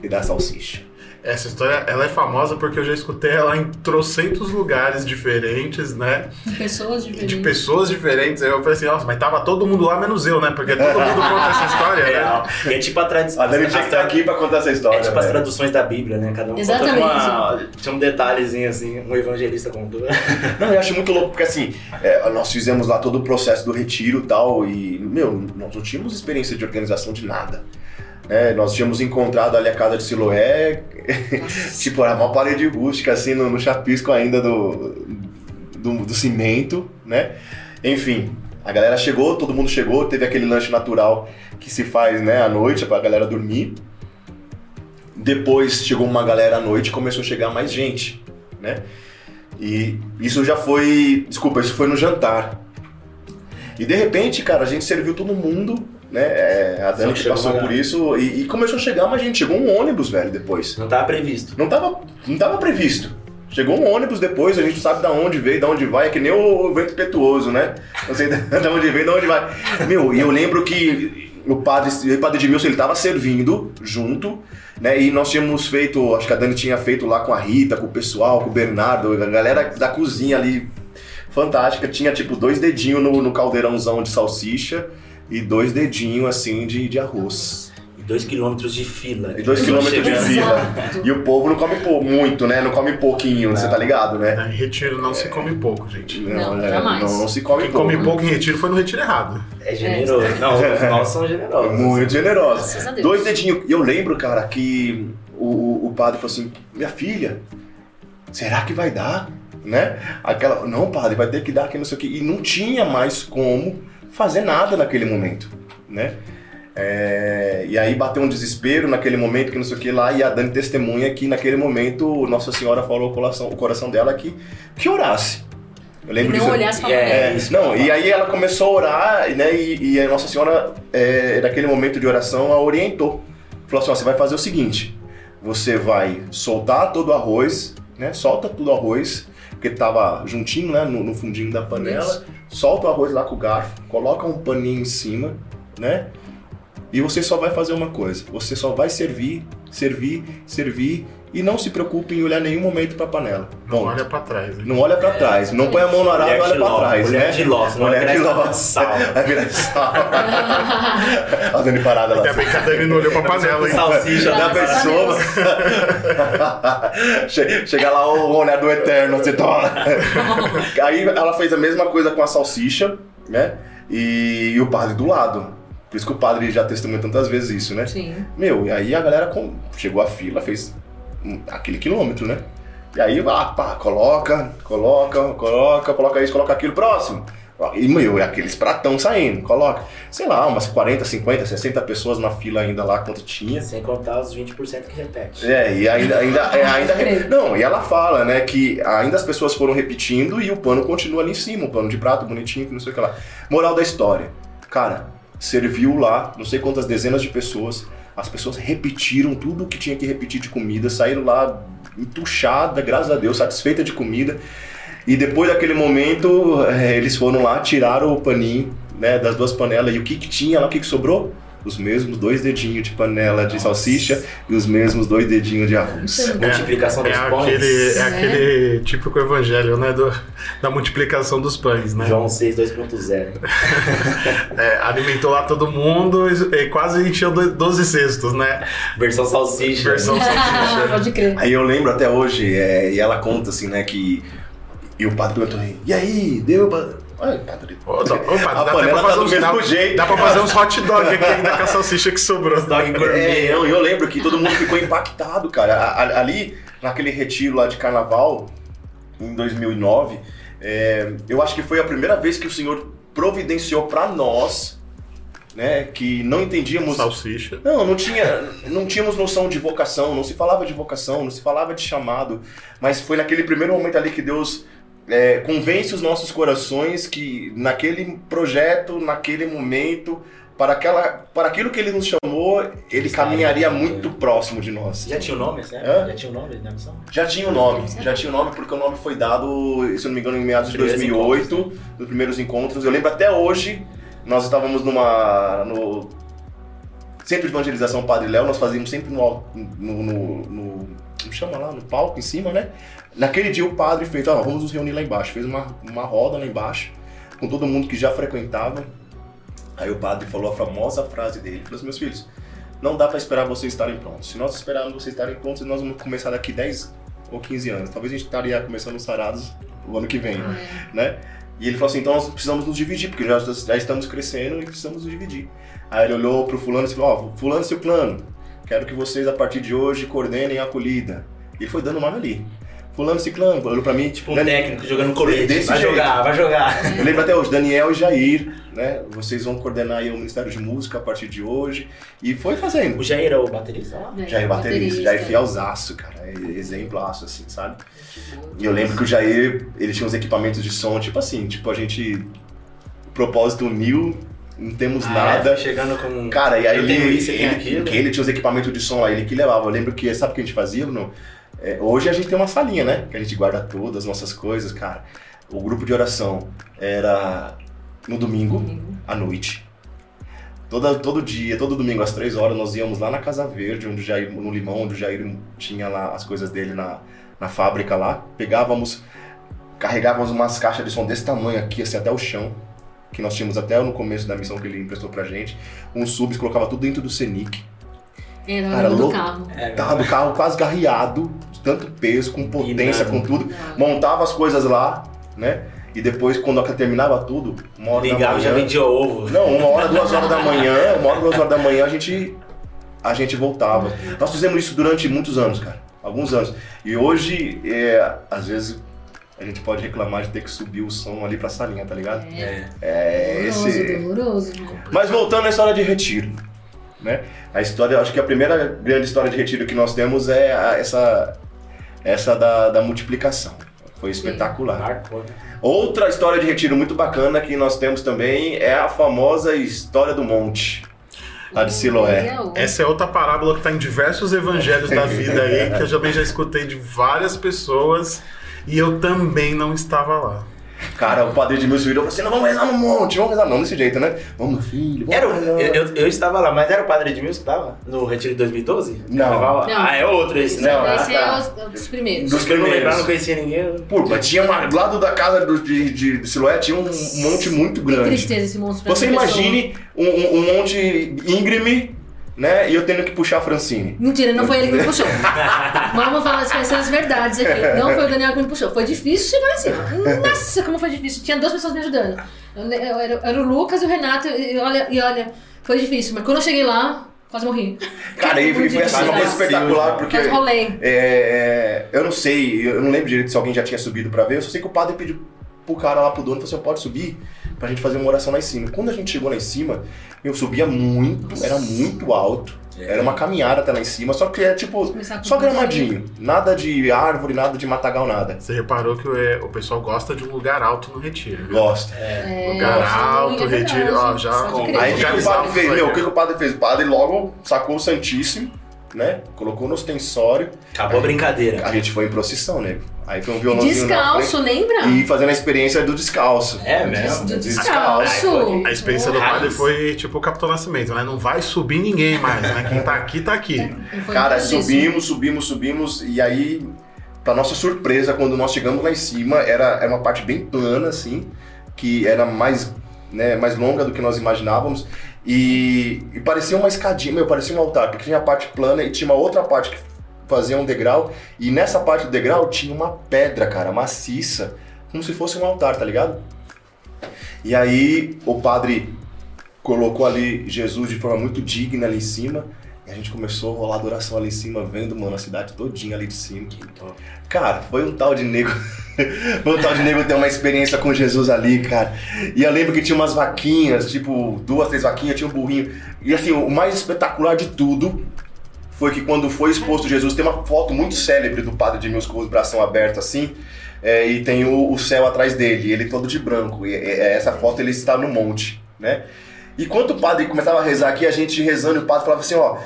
e da salsicha. Essa história ela é famosa porque eu já escutei ela em trocentos lugares diferentes, né? Pessoas E diferentes. de pessoas diferentes. Eu falei assim, nossa, mas tava todo mundo lá menos eu, né? Porque todo mundo conta essa história, né? Real. E é tipo a tradição. A Dani tinha que estar aqui pra contar essa história. É tipo as velho. traduções da Bíblia, né? Cada um conta Exatamente. uma, tinha um detalhezinho assim, um evangelista contou. Não, eu acho muito louco, porque assim, é, nós fizemos lá todo o processo do retiro e tal, e, meu, nós não tínhamos experiência de organização de nada. né? nós tínhamos encontrado ali a casa de Siloé, tipo, era uma parede rústica, assim, no, no chapisco ainda do, do, do cimento, né? Enfim, a galera chegou, todo mundo chegou, teve aquele lanche natural que se faz, né, à noite, pra galera dormir. Depois chegou uma galera à noite, começou a chegar mais gente, né? E isso já foi. Desculpa, isso foi no jantar. E de repente, cara, a gente serviu todo mundo, né? É, a Dani Só que chegou passou uma por isso. E, e começou a chegar mais gente. Chegou um ônibus, velho, depois. Não tava previsto. Não tava, não tava previsto. Chegou um ônibus depois, a gente não sabe da onde veio, da onde vai, é que nem o vento petuoso, né? Não sei da onde veio, da onde vai. Meu, e eu lembro que o padre, o padre Edmilson, ele tava servindo junto, né? E nós tínhamos feito, acho que a Dani tinha feito lá com a Rita, com o pessoal, com o Bernardo, a galera da cozinha ali, fantástica. Tinha tipo dois dedinhos no, no caldeirãozão de salsicha e dois dedinhos assim de, de arroz. E dois quilômetros de fila. E dois quilômetros de Chegando. fila. Exato. E o povo não come pou- muito, né? Não come pouquinho, você tá ligado, né? Em retiro não se come pouco, gente. Não, é, jamais. Não, não se come Quem pouco. come pouco em retiro foi no retiro errado. É generoso. Não, os nossos são generosos. Muito generosa. Graças a Deus. Dois dedinhos. E eu lembro, cara, que o- o, o padre falou assim: Minha filha, será que vai dar? Né? Aquela, não, padre, vai ter que dar aqui, não sei o quê. E não tinha mais como fazer nada naquele momento, né? É, e aí bateu um desespero naquele momento que não sei o que lá, e a Dani testemunha que naquele momento Nossa Senhora falou o coração, o coração dela que, que orasse. Eu E lembro não disso. olhasse pra É, mulher. É, não, e aí ela começou a orar, né? E, e a Nossa Senhora, é, naquele momento de oração, a orientou. Falou assim: ó, você vai fazer o seguinte: você vai soltar todo o arroz, né? Solta tudo o arroz, porque tava juntinho, né? No, no fundinho da panela. Isso. Solta o arroz lá com o garfo, coloca um paninho em cima, né? E você só vai fazer uma coisa: você só vai servir, servir, servir. E não se preocupe em olhar nenhum momento pra panela. Não Ponto. olha pra trás. né? Não olha pra trás, não põe a mão no arado e Mulher de olha pra Ló, trás, mulher né? de Ló, senão Mulher vai de virar Ló. sal. Vai virar sal. a Dani parada lá. assim. Ainda bem que a Dani não olhou pra panela, hein? Salsicha Da Graças a pessoa. Che- Chega lá o olhar do eterno, você toma. Aí ela fez a mesma coisa com a salsicha, né? E, o padre do lado. Por isso que o padre já testemunhou tantas vezes isso, né? Sim. Meu, e aí a galera com- chegou à fila, fez hum, aquele quilômetro, né? E aí vai lá, pá, coloca, coloca, coloca, coloca isso, coloca aquilo, próximo. Ó, E, meu, é aqueles pratão saindo, coloca. Sei lá, umas 40, 50, 60 pessoas na fila ainda lá, quanto tinha. Sem contar os 20% que repete. É, e ainda. ainda, é, ainda Creio. não, e ela fala, né, que ainda as pessoas foram repetindo e o pano continua ali em cima, o pano de prato bonitinho, que não sei o que lá. Moral da história. Cara, serviu lá, não sei quantas dezenas de pessoas, as pessoas repetiram tudo o que tinha que repetir de comida, saíram lá entuchada, graças a Deus, satisfeita de comida. E depois daquele é, momento, eh, eles foram lá, tiraram o paninho né, das duas panelas e o que, que tinha lá, o que, que sobrou? os mesmos dois dedinhos de panela de salsicha e os mesmos dois dedinhos de arroz. Multiplicação É dos pães. aquele, é né? aquele típico evangelho, né? do- da multiplicação dos pães, né? João 6, 2.0. É, alimentou lá todo mundo e, e quase encheu do- 12 cestos, né? Versão salsicha. Versão É. Ah, Pode crer. Aí eu lembro até hoje, é, e ela conta assim, né, que. E o patrão, e aí, deu. ba- Ai, padre. Ô, dá- Opa, A dá até panela pra fazer tá do uns, mesmo dá- jeito. dá pra fazer uns hot dog aqui ainda com a salsicha que sobrou. Dog gourmet. É, eu, eu lembro que todo mundo ficou impactado, cara. A- a- Ali, naquele retiro lá de carnaval, em 2009, é, eu acho que foi a primeira vez que o senhor providenciou pra nós, né, que não entendíamos. Salsicha. Não, não, tinha, não tínhamos noção de vocação, não se falava de vocação, não se falava de chamado, mas foi naquele primeiro momento ali que Deus é, convence os nossos corações que naquele projeto, naquele momento, para, aquela, para aquilo que Ele nos chamou, Ele Está caminharia aí, né? muito próximo de nós. Já tinha o nome, né? Hã? Já tinha o nome um da missão? Já tinha o nome, já tinha o nome porque o nome foi dado, se eu não me engano, em meados de Primeiros 2008, nos primeiros encontros. Eu lembro até hoje, nós estávamos numa no centro de evangelização Padre Léo, nós fazíamos sempre no, al- no, no, no como chama lá, no palco em cima, né? Naquele dia o padre fez, ó, vamos nos reunir lá embaixo, fez uma, uma roda lá embaixo com todo mundo que já frequentava. Aí o padre falou a famosa frase dele, ele falou assim, meus filhos, não dá pra esperar vocês estarem prontos. Se nós esperarmos vocês estarem prontos, nós vamos começar daqui 10 ou 15 anos. Talvez a gente estaria começando os sarados o ano que vem, né? E ele falou assim, então nós precisamos nos dividir, porque nós já estamos crescendo e precisamos nos dividir. Aí ele olhou pro fulano e falou, ó, fulano seu plano, quero que vocês a partir de hoje coordenem a acolhida. E foi dando nome ali. Fulano Ciclano, olhou pra mim, Tipo um Dani- técnico jogando colete. Desse vai jeito. jogar, vai jogar. eu lembro até hoje, Daniel e Jair, né? Vocês vão coordenar aí o Ministério de Música a partir de hoje. E foi fazendo. O Jair é o baterista lá? Né, Jair é baterista, Jair fielzaço, cara. é Exemplaço, assim, sabe? E eu lembro que o Jair, ele tinha uns equipamentos de som, tipo assim, tipo, a gente. Propósito mil, não temos Ah, nada. é, Chegando com. Cara, e aí Eu ele, tenho isso, eu tenho ele, aquilo. que ele tinha os equipamentos de som lá, ele que levava. Eu lembro que, sabe o que a gente fazia, Bruno? É, hoje a gente tem uma salinha, né? Que a gente guarda todas as nossas coisas, cara. O grupo de oração era no domingo, à noite. Toda, todo dia, todo domingo às três horas, nós íamos lá na Casa Verde, onde o Jair, no Limão, onde o Jair tinha lá as coisas dele na, na fábrica lá. Pegávamos, carregávamos umas caixas de som desse tamanho aqui, assim, até o chão, que nós tínhamos até no começo da missão que ele emprestou pra gente. Um subs, colocava tudo dentro do Senic. Era Cara, o nome do louco. carro. É, Tava do carro quase garriado, de tanto peso, com potência, nada. com tudo. Montava as coisas lá, né? E depois, quando terminava tudo, uma hora da Ligava e um já manhã- vendia ovo. não, uma hora, duas horas da manhã, uma hora, duas horas da manhã a gente, a gente voltava. Nós fizemos isso durante muitos anos, cara. Alguns anos. E hoje, é, às vezes, a gente pode reclamar de ter que subir o som ali pra salinha, tá ligado? É. É esse. Doloroso, doloroso. Mas voltando à história de retiro. Né? A história, acho que a primeira grande história de retiro que nós temos é a- essa, essa da, da multiplicação. Foi espetacular. Marcou, né? Outra história de retiro muito bacana que nós temos também é a famosa história do monte. A de Siloé. Essa é outra parábola que tá em diversos evangelhos da vida aí, que eu também já escutei de várias pessoas e eu também não estava lá. Cara, o padre de Milson virou e falou assim: não, vamos rezar no monte, vamos rezar. Não, desse jeito, né? Vamos, meu filho, vamos Era o- eu, rezar. eu, eu estava lá, mas era o padre Edmilson que estava? No retiro de 2012? Não. Carnaval? Não. Ah, é outro esse, né? Não, Ah, Esse tá. é um dos primeiros. Dos Porque eu não lembrava, não primeiros. conhecia ninguém. Pô, mas tinha uma, do lado da casa do- de, de, de Siloé tinha um monte muito Que grande. tristeza esse monstro. pra Você essa pessoa. imagine um, um- um monte íngreme, né? E eu tendo que puxar a Francine. Mentira, não foi ele que me puxou. Mas vamos falar as as verdades aqui. Não foi o Daniel que me puxou. Foi difícil chegar assim. Nossa, como foi difícil. Tinha duas pessoas me ajudando. Eu, eu era, era o Lucas e o Renato. E olha, e olha, foi difícil. Mas quando eu cheguei lá, quase morri. Cara, e Muito foi assim, difícil. uma coisa Nossa. espetacular, porque. Mas rolei. É, eu não sei, eu não lembro direito se alguém já tinha subido pra ver, eu só sei que o padre pediu pro cara lá pro dono, falou assim, "Ó, pode subir pra gente fazer uma oração lá em cima. Quando a gente chegou lá em cima, eu subia muito, era muito alto, É. era uma caminhada até lá em cima, só que é tipo, Começar com só gramadinho, nada de árvore, nada de matagal, nada. Você reparou que é, o pessoal gosta de um lugar alto no retiro. viu? Gosta. É, Lugar isso alto, é verdade. retiro, ó, já Pode crer. Aí um o que que o Organizava padre fez? foi, Meu, né? o que, que o padre fez? O padre logo sacou o Santíssimo, né? Colocou no ostensório. Acabou a brincadeira. A gente foi em procissão, nego. Aí foi um violãozinho Descalço, na lembra? frente. E fazendo a experiência do descalço. É mesmo? Do Descalço. descalço. Né, A experiência do Porra. padre foi tipo o Capitão Nascimento, né? Não vai subir ninguém mais, né? Quem tá aqui, tá aqui. Foi um Cara, lindíssimo. subimos, subimos, subimos, e aí, pra nossa surpresa, quando nós chegamos lá em cima, era, era uma parte bem plana, assim, que era mais, né, mais longa do que nós imaginávamos, e, e parecia uma escadinha, meu, parecia um altar, porque tinha a parte plana e tinha uma outra parte que fazia um degrau, e nessa parte do degrau tinha uma pedra, cara, maciça, como se fosse um altar, tá ligado? E aí, o padre colocou ali Jesus de forma muito digna ali em cima, e a gente começou a rolar adoração ali em cima, vendo, mano, a cidade todinha ali de cima. Cara, foi um tal de nego. foi um tal de nego ter uma experiência com Jesus ali, cara. E eu lembro que tinha umas vaquinhas, tipo, duas, três vaquinhas, tinha um burrinho. E assim, o mais espetacular de tudo foi que quando foi exposto Jesus, tem uma foto muito célebre do padre de Mills com os bração aberto assim. é, e tem o, o céu atrás dele, e ele todo de branco. E, e- essa foto ele está no monte, né? E quando o padre começava a rezar aqui, a gente rezando, e o padre falava assim, ó,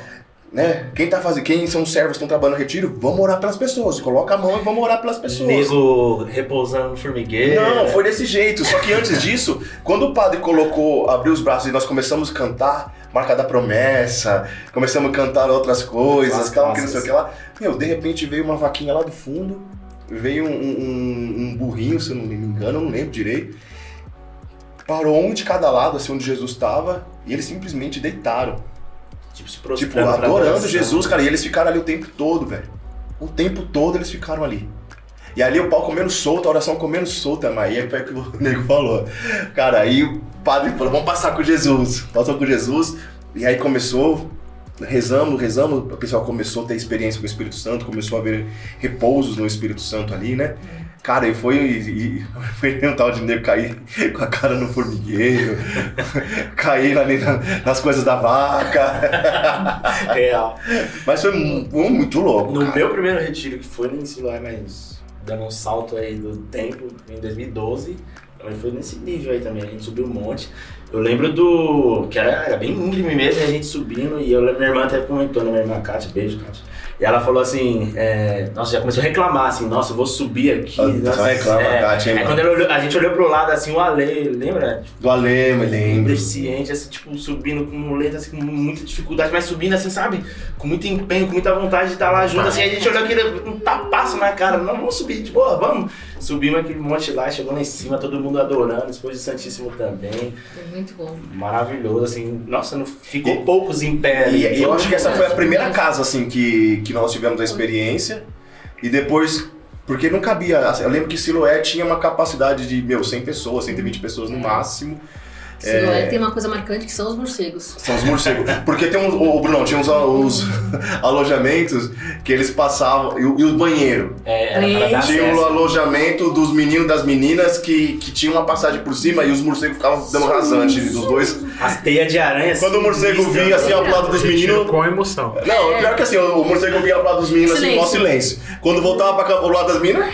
né? Quem tá fazendo, quem são os servos que estão trabalhando no retiro, vamos orar pelas pessoas. Coloca a mão e vamos orar pelas pessoas. Nego repousando no formigueiro. Não, foi desse jeito. Só que antes disso, quando o padre colocou, abriu os braços e nós começamos a cantar, marca da promessa, começamos a cantar outras coisas, Nossa, tal, que não sei o nossa. que lá. Meu, de repente veio uma vaquinha lá do fundo, veio um, um- um burrinho, se eu não me engano, eu não lembro direito. Parou um de cada lado, assim, onde Jesus estava, e eles simplesmente deitaram. Tipo, se Tipo, prostrando pra adorando adoração. Jesus, cara. E eles ficaram ali o tempo todo, velho. O tempo todo eles ficaram ali. E ali o pau comendo solto, a oração comendo solta, mas aí é o que o nego falou. Cara, aí o padre falou, vamos passar com Jesus. Passou com Jesus. E aí começou, rezamos, rezamos. O pessoal começou a ter experiência com o Espírito Santo, começou a ver repousos no Espírito Santo ali, né? Cara, e foi, e, e- foi um tal de nego cair com a cara no formigueiro, cair ali na- nas coisas da vaca. Real. Mas foi mu- mu- muito louco. No cara. meu primeiro retiro, que foi nesse lá, mas dando um salto aí do tempo, em 2012, também foi nesse nível aí também, a gente subiu um monte. Eu lembro do. que era, era bem íngreme mesmo, e a gente subindo, e eu lembro, minha irmã até comentou, né, minha irmã Kátia, beijo, Kátia. E ela falou assim, é, nossa, já começou a reclamar, assim, nossa, eu vou subir aqui. Ah, nossa, Só reclama, é. Kátia, hein, Aí mano. quando ela olhou- a gente olhou pro lado, assim, o Ale, lembra? Do Alema, lembro. deficiente, assim, tipo, subindo com muleta, assim, com muita dificuldade, mas subindo assim, sabe? Com muito empenho, com muita vontade de estar lá junto, assim, a gente olhou aquele um tapaço na cara, não, vamos subir, de boa, vamos. Subimos aquele monte lá, chegou lá em cima, todo mundo adorando, depois do Santíssimo também, Foi muito bom. maravilhoso, assim, nossa, não ficou poucos em pé. E, né? e eu acho que essa foi a primeira casa, assim, que, que nós tivemos a experiência. E depois, porque não cabia. assim, Eu lembro que Siloé tinha uma capacidade de, meu, 100 pessoas, 120 pessoas no máximo. É. Siloé tem uma coisa marcante que são os morcegos. São os morcegos. Porque tem uns. Ô, Bruno, tinha uns, os alojamentos que eles passavam. E, o- e o banheiro. É, era pra dar Tinha acesso. o alojamento dos meninos e das meninas que, que tinha uma passagem por cima e os morcegos ficavam dando rasante dos dois. As teias de aranha. Quando o morcego sinistras, vinha assim ó, pro lado dos meninos, Com emoção. Não, pior que assim, o o morcego vinha pro lado dos meninos assim, mó Silêncio. silêncio. Quando voltava pra cá, pro lado das meninas.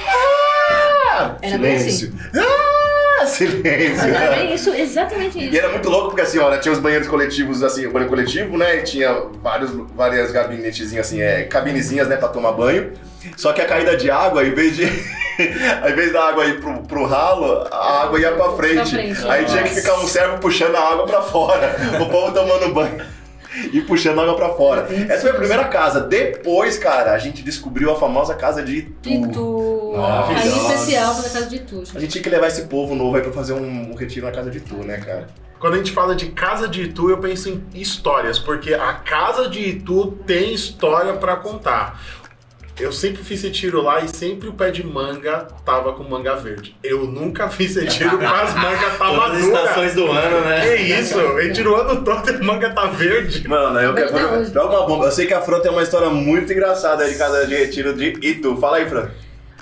ah, Era bem assim. silêncio. Ah, silêncio. Era bem É isso, exatamente E isso. era muito louco porque assim, ó, né, tinha os banheiros coletivos, assim, o banheiro coletivo, né? E tinha vários, várias gabinetezinhas, assim, é, cabinezinhas, né, pra tomar banho. Só que a caída de água, em vez de. Ao invés da água ir pro, pro ralo, a água ia pra frente. Pra frente. Aí tinha que Nossa. ficar um servo puxando a água pra fora. o povo tomando banho. E puxando a água pra fora. Essa foi a primeira casa. Depois, cara, a gente descobriu a famosa casa de Itu. De tu. Aí Maravilhosa. especial pra casa de tu. A gente tinha que levar esse povo novo aí pra fazer um, um retiro na casa de Itu, né, cara? Quando a gente fala de casa de Itu, eu penso em histórias, porque a casa de Itu tem história pra contar. Eu sempre fiz esse tiro lá e sempre o pé de manga tava com manga verde. Eu nunca fiz esse tiro com as mangas tava Todas as estações duras. do ano, né? Que isso? Ele tirou o ano todo e a manga tá verde. Mano, eu Mas quero. até hoje. Joga uma bomba. Eu sei que a Fran tem uma história muito engraçada aí de casa de retiro de Itu. Fala aí, Fran.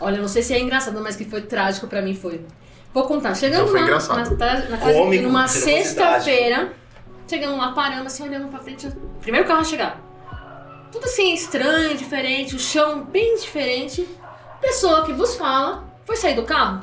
Olha, eu não sei se é engraçado, mas que foi trágico pra mim foi. Vou contar. Então Chegando foi lá, na, engraçado. tra- na casa de Cômico, Itu, numa você não fosse sexta-feira, chegamos lá, paramos assim, olhando pra frente. o Primeiro carro a chegar. Tudo assim, estranho, diferente, o chão bem diferente. Pessoa que vos fala, foi sair do carro.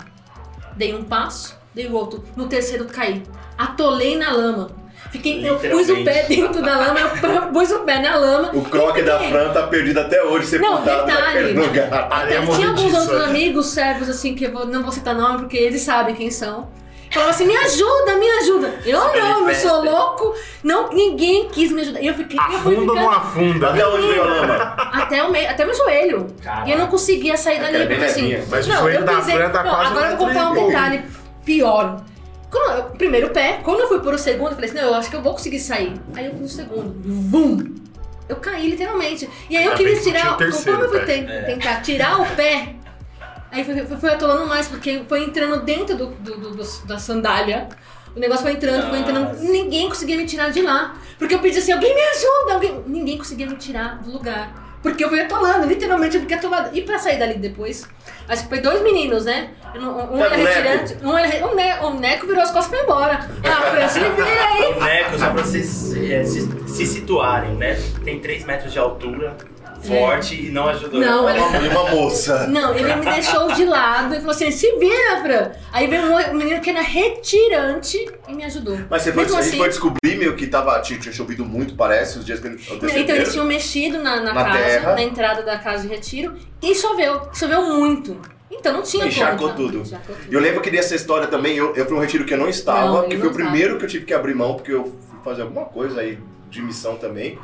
Dei um passo, dei o outro. No terceiro caí. Atolei na lama. Fiquei, eu pus o pé dentro da lama, eu pus o pé na lama. O croque da Fran tá perdido até hoje, É. Não, sepultado naquele detalhe. lugar. Parei a é morrer Tinha alguns disso, outros olha. amigos, servos, assim, que eu vou- não vou citar nome porque eles sabem quem são. Falavam assim, me ajuda, me ajuda. Eu é não, eu sou louco. Não, ninguém quis me ajudar. E eu fiquei, eu fui Afunda ou não ficando afunda? Até onde veio a lama? até, o meio, até meu joelho. Cara, E eu não conseguia sair dali, Aquela bem porque assim... levinha. é Mas o joelho da Fran tá não, quase agora eu no vou contar um trigol. detalhe pior. Quando eu- primeiro pé, quando eu fui pro segundo, eu falei assim, não, eu acho que eu vou conseguir sair. Aí eu fui no segundo, vum! Eu caí literalmente. E aí eu Ainda queria bem que tinha tirar, o terceiro conforme eu fui pé. ten- tentar tirar o pé, aí foi, foi, foi atolando mais, porque foi entrando dentro do, do- do- do- da sandália. O negócio foi entrando, foi entrando, Nossa. ninguém conseguia me tirar de lá. Porque eu pedi assim, alguém me ajuda, alguém... ninguém conseguia me tirar do lugar. Porque eu fui atolando, literalmente eu fiquei atolada. E pra sair dali depois, acho que foi dois meninos, né? Eu não- Um Foi era é o Neco. retirante, um era re- o, ne o Neco virou as costas e foi embora. Ah, Fran, se vira aí. O Neco, só pra vocês é, se, se situarem, né? Tem 3 metros de altura, forte e não ajudou. Não, Uma, ele- mulher, uma moça. Não, ele me deixou de lado e falou assim: se vira, Fran. Aí veio um outro menino que era retirante e me ajudou. Mas você foi, Mesmo a gente assim- foi descobrir, meu, que tava, tinha, tinha chovido muito, parece, os dias que eles Então eles tinham mexido na, na Na casa, terra. na entrada da casa de retiro, e choveu. Choveu muito. Então não tinha Encharcou como. tudo. Encharcou tudo. E eu lembro que dessa história também, eu, eu fui um retiro que eu não estava, Não, ele que não foi o estava. primeiro que eu tive que abrir mão, porque eu fui fazer alguma coisa aí de missão também.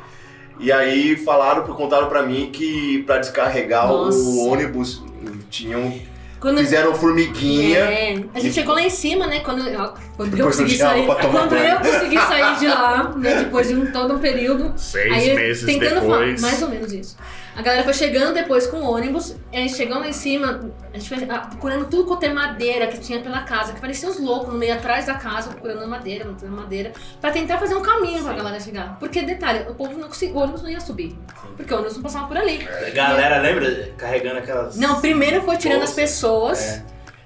E aí falaram, contaram pra mim que pra descarregar o Nossa. ônibus tinham. Quando Fizeram formiguinha. É, a gente chegou lá em cima, né? Quando eu, quando eu Depois do consegui diabo sair. pra tomar Quando banho. eu consegui sair de lá, né? Depois de um, todo um período. Seis aí eu meses tentando depois. falar, mais ou menos isso. A galera foi chegando depois com o ônibus, e aí chegando lá em cima, a gente foi ah, procurando tudo quanto é madeira que tinha pela casa, que parecia uns loucos no meio atrás da casa, procurando madeira, procurando madeira, pra tentar fazer um caminho pra galera chegar. Porque, detalhe, o povo não conseguia, o ônibus não ia subir, porque o ônibus não passava por ali. É, Galera, lembra? Carregando aquelas. Não, primeiro foi tirando Bolsa. as pessoas. É.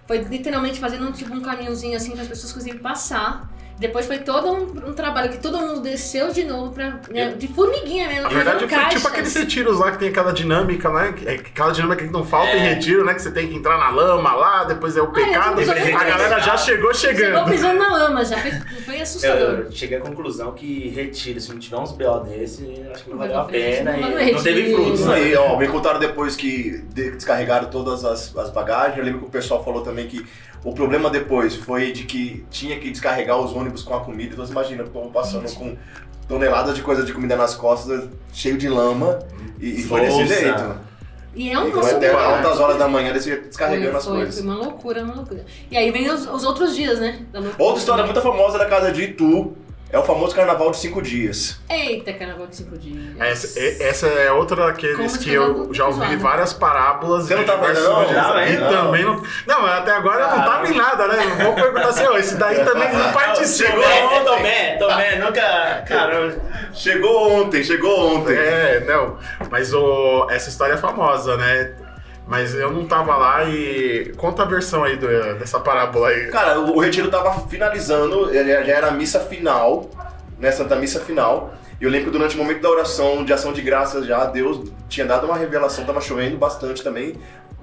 Foi literalmente fazendo um, tipo um caminhozinho assim para as pessoas conseguirem passar. Depois foi todo um, um trabalho que todo mundo desceu de novo pra, né, de formiguinha mesmo. Na verdade, fazendo foi tipo caixas. aqueles retiros lá que tem aquela dinâmica, né? Que- é Aquela dinâmica que não falta em É. retiro, né? Que você tem que entrar na lama lá, depois é o pecado. eu tô a pensando- galera já chegou Chegou chegando. pisando na lama já. Foi, É, foi Eu, assustador. eu cheguei à conclusão que retiro, se não tiver uns BO desse, acho que não Não vai valeu a pra frente, pena não vai no e não teve retiro. frutos, Isso né? aí, ó, me contaram depois que de- descarregaram todas as, as bagagens. Eu lembro que o pessoal falou também que o problema depois foi de que tinha que descarregar os ônibus com a comida. Então você imagina, o povo passando com toneladas de coisa de comida nas costas, cheio de lama, e, e foi desse Nossa. jeito. E é E um foi até assunto- altas horas da manhã desse jeito, Foi, descarregando as foi, coisas. foi uma loucura, uma loucura. E aí vem os, os outros dias, né? da loucura. Outra história muito famosa da casa de Itu é o famoso carnaval de cinco dias. Eita, carnaval de cinco dias. Essa, é- essa é outra daqueles Como que chamar eu o já ouvi episódio? várias parábolas. Você não de tava diversos ainda, não? é, lugares. Tava ainda, E não? também não. Não, até agora eu não tava em nada, né? Não vou perguntar assim, ó, esse daí também não participa. Chegou Tomé, é, ontem. Tomé, Tomé, nunca. Caramba. Chegou ontem, chegou ontem. É, não. Mas o, essa história é famosa, né? Mas eu não tava lá e. Conta a versão aí do- dessa parábola aí. Cara, o o retiro tava finalizando, já já era a missa final, né? Santa Missa final. E eu lembro que durante o momento da oração, de ação de graças já, Deus tinha dado uma revelação, tava chovendo bastante também.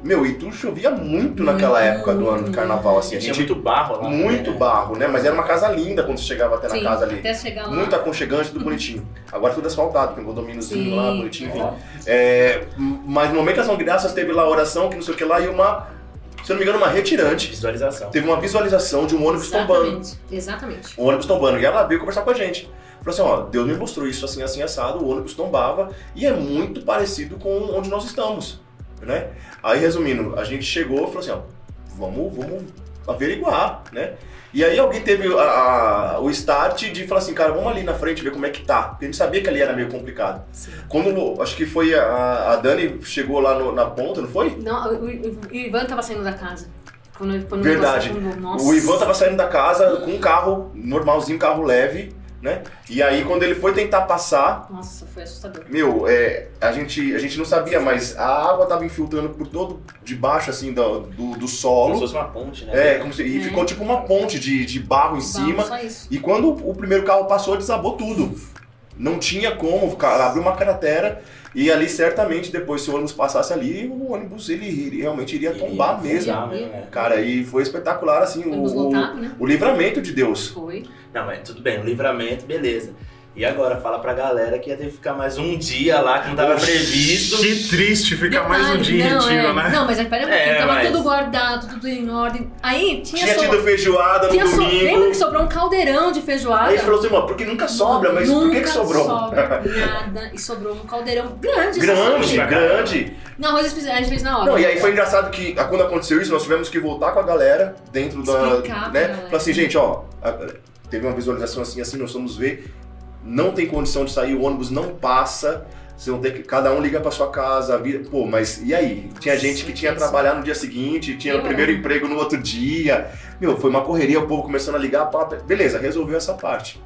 Meu, e tu chovia muito naquela Muito. época do ano do carnaval, assim. A Tinha gente, é muito barro lá. muito né? barro, né? Mas era uma casa linda quando você chegava até é na Sim, casa ali. até chegar lá. Muito aconchegante, tudo bonitinho. Agora tudo asfaltado, tem um condomíniozinho Sim. lá, bonitinho, enfim. É, mas no momento das ação de graças teve lá a oração, que não sei o que lá, e uma, se eu não me engano, uma retirante Visualização. teve uma visualização de um ônibus tombando. Exatamente, exatamente. O ônibus tombando. E ela veio conversar com a gente. Falou assim, ó, Deus me mostrou isso assim, assim, assado, o ônibus tombava e é muito parecido com onde nós estamos, né? Aí, resumindo, a gente chegou e falou assim, ó, vamos, vamos averiguar, né? E aí alguém teve a- a- o start de falar assim, cara, vamos ali na frente ver como é que tá. Porque a gente sabia que ali era meio complicado. Quando, acho que foi a, a Dani chegou lá no- na ponta, não foi? Não, o, o- o Ivan tava saindo da casa. Quando, quando Verdade. o negócio afundou. Nossa. O Ivan tava saindo da casa com um carro normalzinho, carro leve, né? E aí quando ele foi tentar passar, Nossa, foi assustador. meu, é, a, gente, a gente não sabia, mas a água tava infiltrando por todo debaixo assim do, do, do Como se solo. fosse uma ponte, É, né? como se- e É. ficou tipo uma ponte de, de barro em cima. Só isso. E quando o primeiro carro passou, desabou tudo. Não tinha como, cara, abriu uma cratera e ali certamente depois se o ônibus passasse ali, o ônibus ele, ele realmente iria tombar Iria mesmo. afundar mesmo, é. Cara, e foi espetacular assim o, Ônibus o, lotado, né? o livramento de Deus. Foi. Não, mas tudo bem, o livramento, beleza. E agora, fala pra galera que ia ter que ficar mais um dia lá, que não tava previsto. Que triste ficar mais um Detalhe, dia em não, retiro, é. né? Não, mas aí, pera um É, pouquinho, tava mas- tudo guardado, tudo em ordem. Aí tinha, Tinha so- tido feijoada no tinha so- Lembra domingo. que sobrou um caldeirão de feijoada? Aí ele falou assim, mano, porque nunca sobra, mas Nunca por que, que sobrou? sobra nada. E sobrou um caldeirão grande. Grande, sabe? grande. Não, arroz eles fizeram- a gente fez na hora. Não, e aí foi engraçado que a- quando aconteceu isso, nós tivemos que voltar com a galera dentro da. Explicar pra né? galera. Falar assim, gente, ó, a- teve uma visualização assim, assim, nós vamos ver. Não tem condição de sair, o ônibus não passa. Vocês vão ter que. Cada um liga pra sua casa, vira. Pô, mas e aí? Tinha gente que tinha Sim, sim. trabalhar no dia seguinte, tinha o Eu primeiro emprego no outro dia. Meu, foi uma correria, o povo começando a ligar, pá, beleza, resolveu essa parte.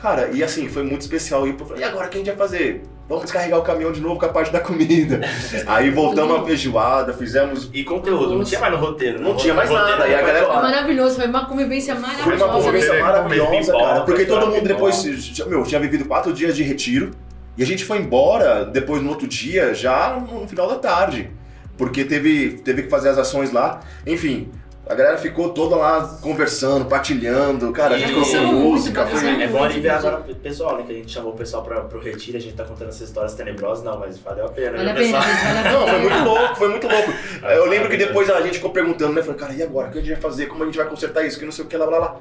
Cara, e assim, foi muito especial. E o povo falou, e agora o que a gente vai fazer? Vamos descarregar o caminhão de novo com a parte da comida. Aí voltamos à feijoada, fizemos. E conteúdo, não tinha mais no roteiro. Não tinha mais No roteiro, nada, e a foi galera- Foi embora. maravilhoso, foi uma convivência Foi maravilhosa. uma convivência Comer, comer maravilhosa, pipoca, cara. Porque todo mundo pipoca. depois. já- Meu, tinha vivido quatro dias de retiro. E a gente foi embora depois no outro dia, já no final da tarde. Porque teve, teve que fazer as ações lá. Enfim. A galera ficou toda lá conversando, partilhando, cara, a gente um E- colocou Isso é muito música, bacana. foi É bom aliviar agora o pessoal, né? Que a gente chamou o pessoal pra, pro retiro, a gente tá contando essas histórias tenebrosas, não, mas valeu a pena, Vale né, a pena, pessoal? gente, vale a pena. Não, foi muito louco, foi muito louco. Eu lembro que depois a gente ficou perguntando, né? Falei, cara, e agora? O que a gente vai fazer? Como a gente vai consertar isso? Que não sei o que, lá, lá, lá.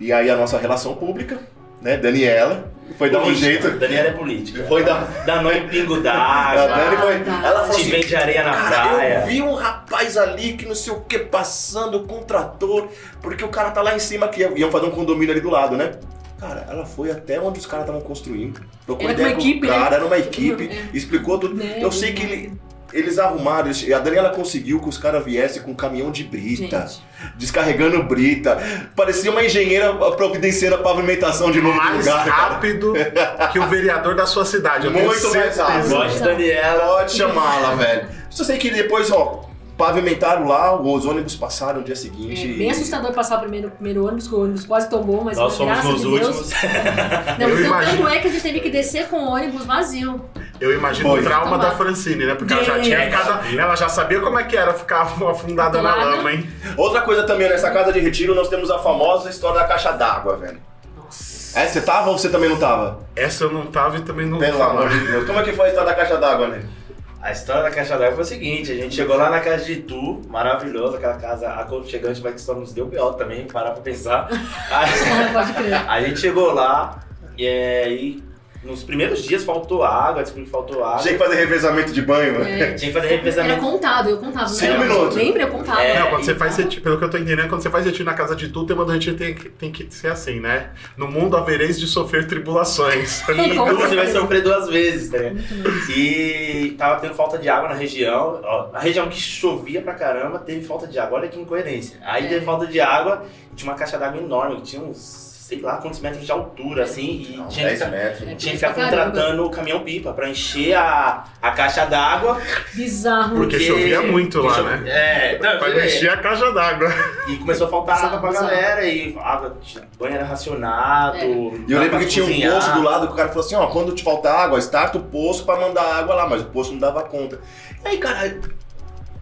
E aí a nossa relação pública, né? Daniela, foi dar um Política. jeito. Daniela é política. Foi dar. Danou em pingo A d'água. Dani foi. tá. Ela falou Ah, Te assim. vende areia na Cara, eu praia. vi um rapaz ali que não sei o que passando com um trator, porque o cara tá lá em cima que iam fazer um condomínio ali do lado, né? Cara, ela foi até onde os caras estavam construindo. Trocou Era ideia uma com equipe, o né? cara, era uma equipe, É. explicou tudo. Né? Eu sei que ele- eles arrumaram, eles- a Daniela conseguiu que os caras viessem com um caminhão de brita, Gente, descarregando brita. Parecia uma engenheira providenciando a pavimentação de novo no Mais lugar, cara. rápido que o vereador da sua cidade. Eu tenho Muito mais certeza. rápido. Então, Gosto de Daniela. Pode chamá-la, velho. Só sei que depois, ó, pavimentaram lá, os ônibus passaram no dia seguinte. é bem assustador passar o primeiro, primeiro ônibus, que o ônibus quase tombou, mas Nós na somos graça nos de Deus. últimos. Não, Eu então, imagino. tanto é que a gente teve que descer com o ônibus vazio. Eu imagino Foi. o trauma Tomara. da Francine, né? Porque ela já Deus. tinha ficado. Ela já sabia como é que era ficar afundada na Tomara. lama, hein? Outra coisa também, nessa casa de retiro, nós temos a famosa história da caixa d'água, velho. Nossa. É, você tava ou você também não tava? Essa eu não tava e também não vou Pelo amor falar. de Deus. Como é que foi a história da caixa d'água, né? A história da Caixa d'Água foi o seguinte: a gente chegou lá na casa de Itu, maravilhosa, aquela casa aconchegante, mas que só nos deu pior também, parar pra pensar. A, Não pode crer. a gente chegou lá e, é, e nos primeiros dias faltou água, descobri que faltou água. Tinha que fazer revezamento de banho, né? É. Tinha que fazer Era revezamento. contado, eu contava. Cinco Era- minutos. Lembra? Eu contava. É, Não, quando você e- faz retiro, pelo que eu tô entendendo, quando você faz retiro na casa de tu, o tema do retiro tem, que- tem que ser assim, né? No mundo havereis de sofrer tribulações. E tu, você vai sofrer duas vezes, tá ligado? E tava tendo falta de água na região. Ó, a região que chovia pra caramba teve falta de água. Olha que incoerência. Aí É. teve falta de água e tinha uma caixa d'água enorme, que tinha uns, sei lá quantos metros de altura, assim. E Não, tinha, que 10 ficar- metros. tinha que ficar Caramba. contratando o caminhão-pipa pra encher a, a caixa d'água. Bizarro. Porque chovia muito lá, né? É, não, Vai é. encher a caixa d'água. E começou a faltar Bizarro, água pra bizarro. galera. E água, banho era racionado. É. E eu dava lembro pra que tinha um cozinhar. poço do lado que o cara falou assim, ó, quando te faltar água, starta o poço pra mandar água lá, mas o poço não dava conta. E aí, cara,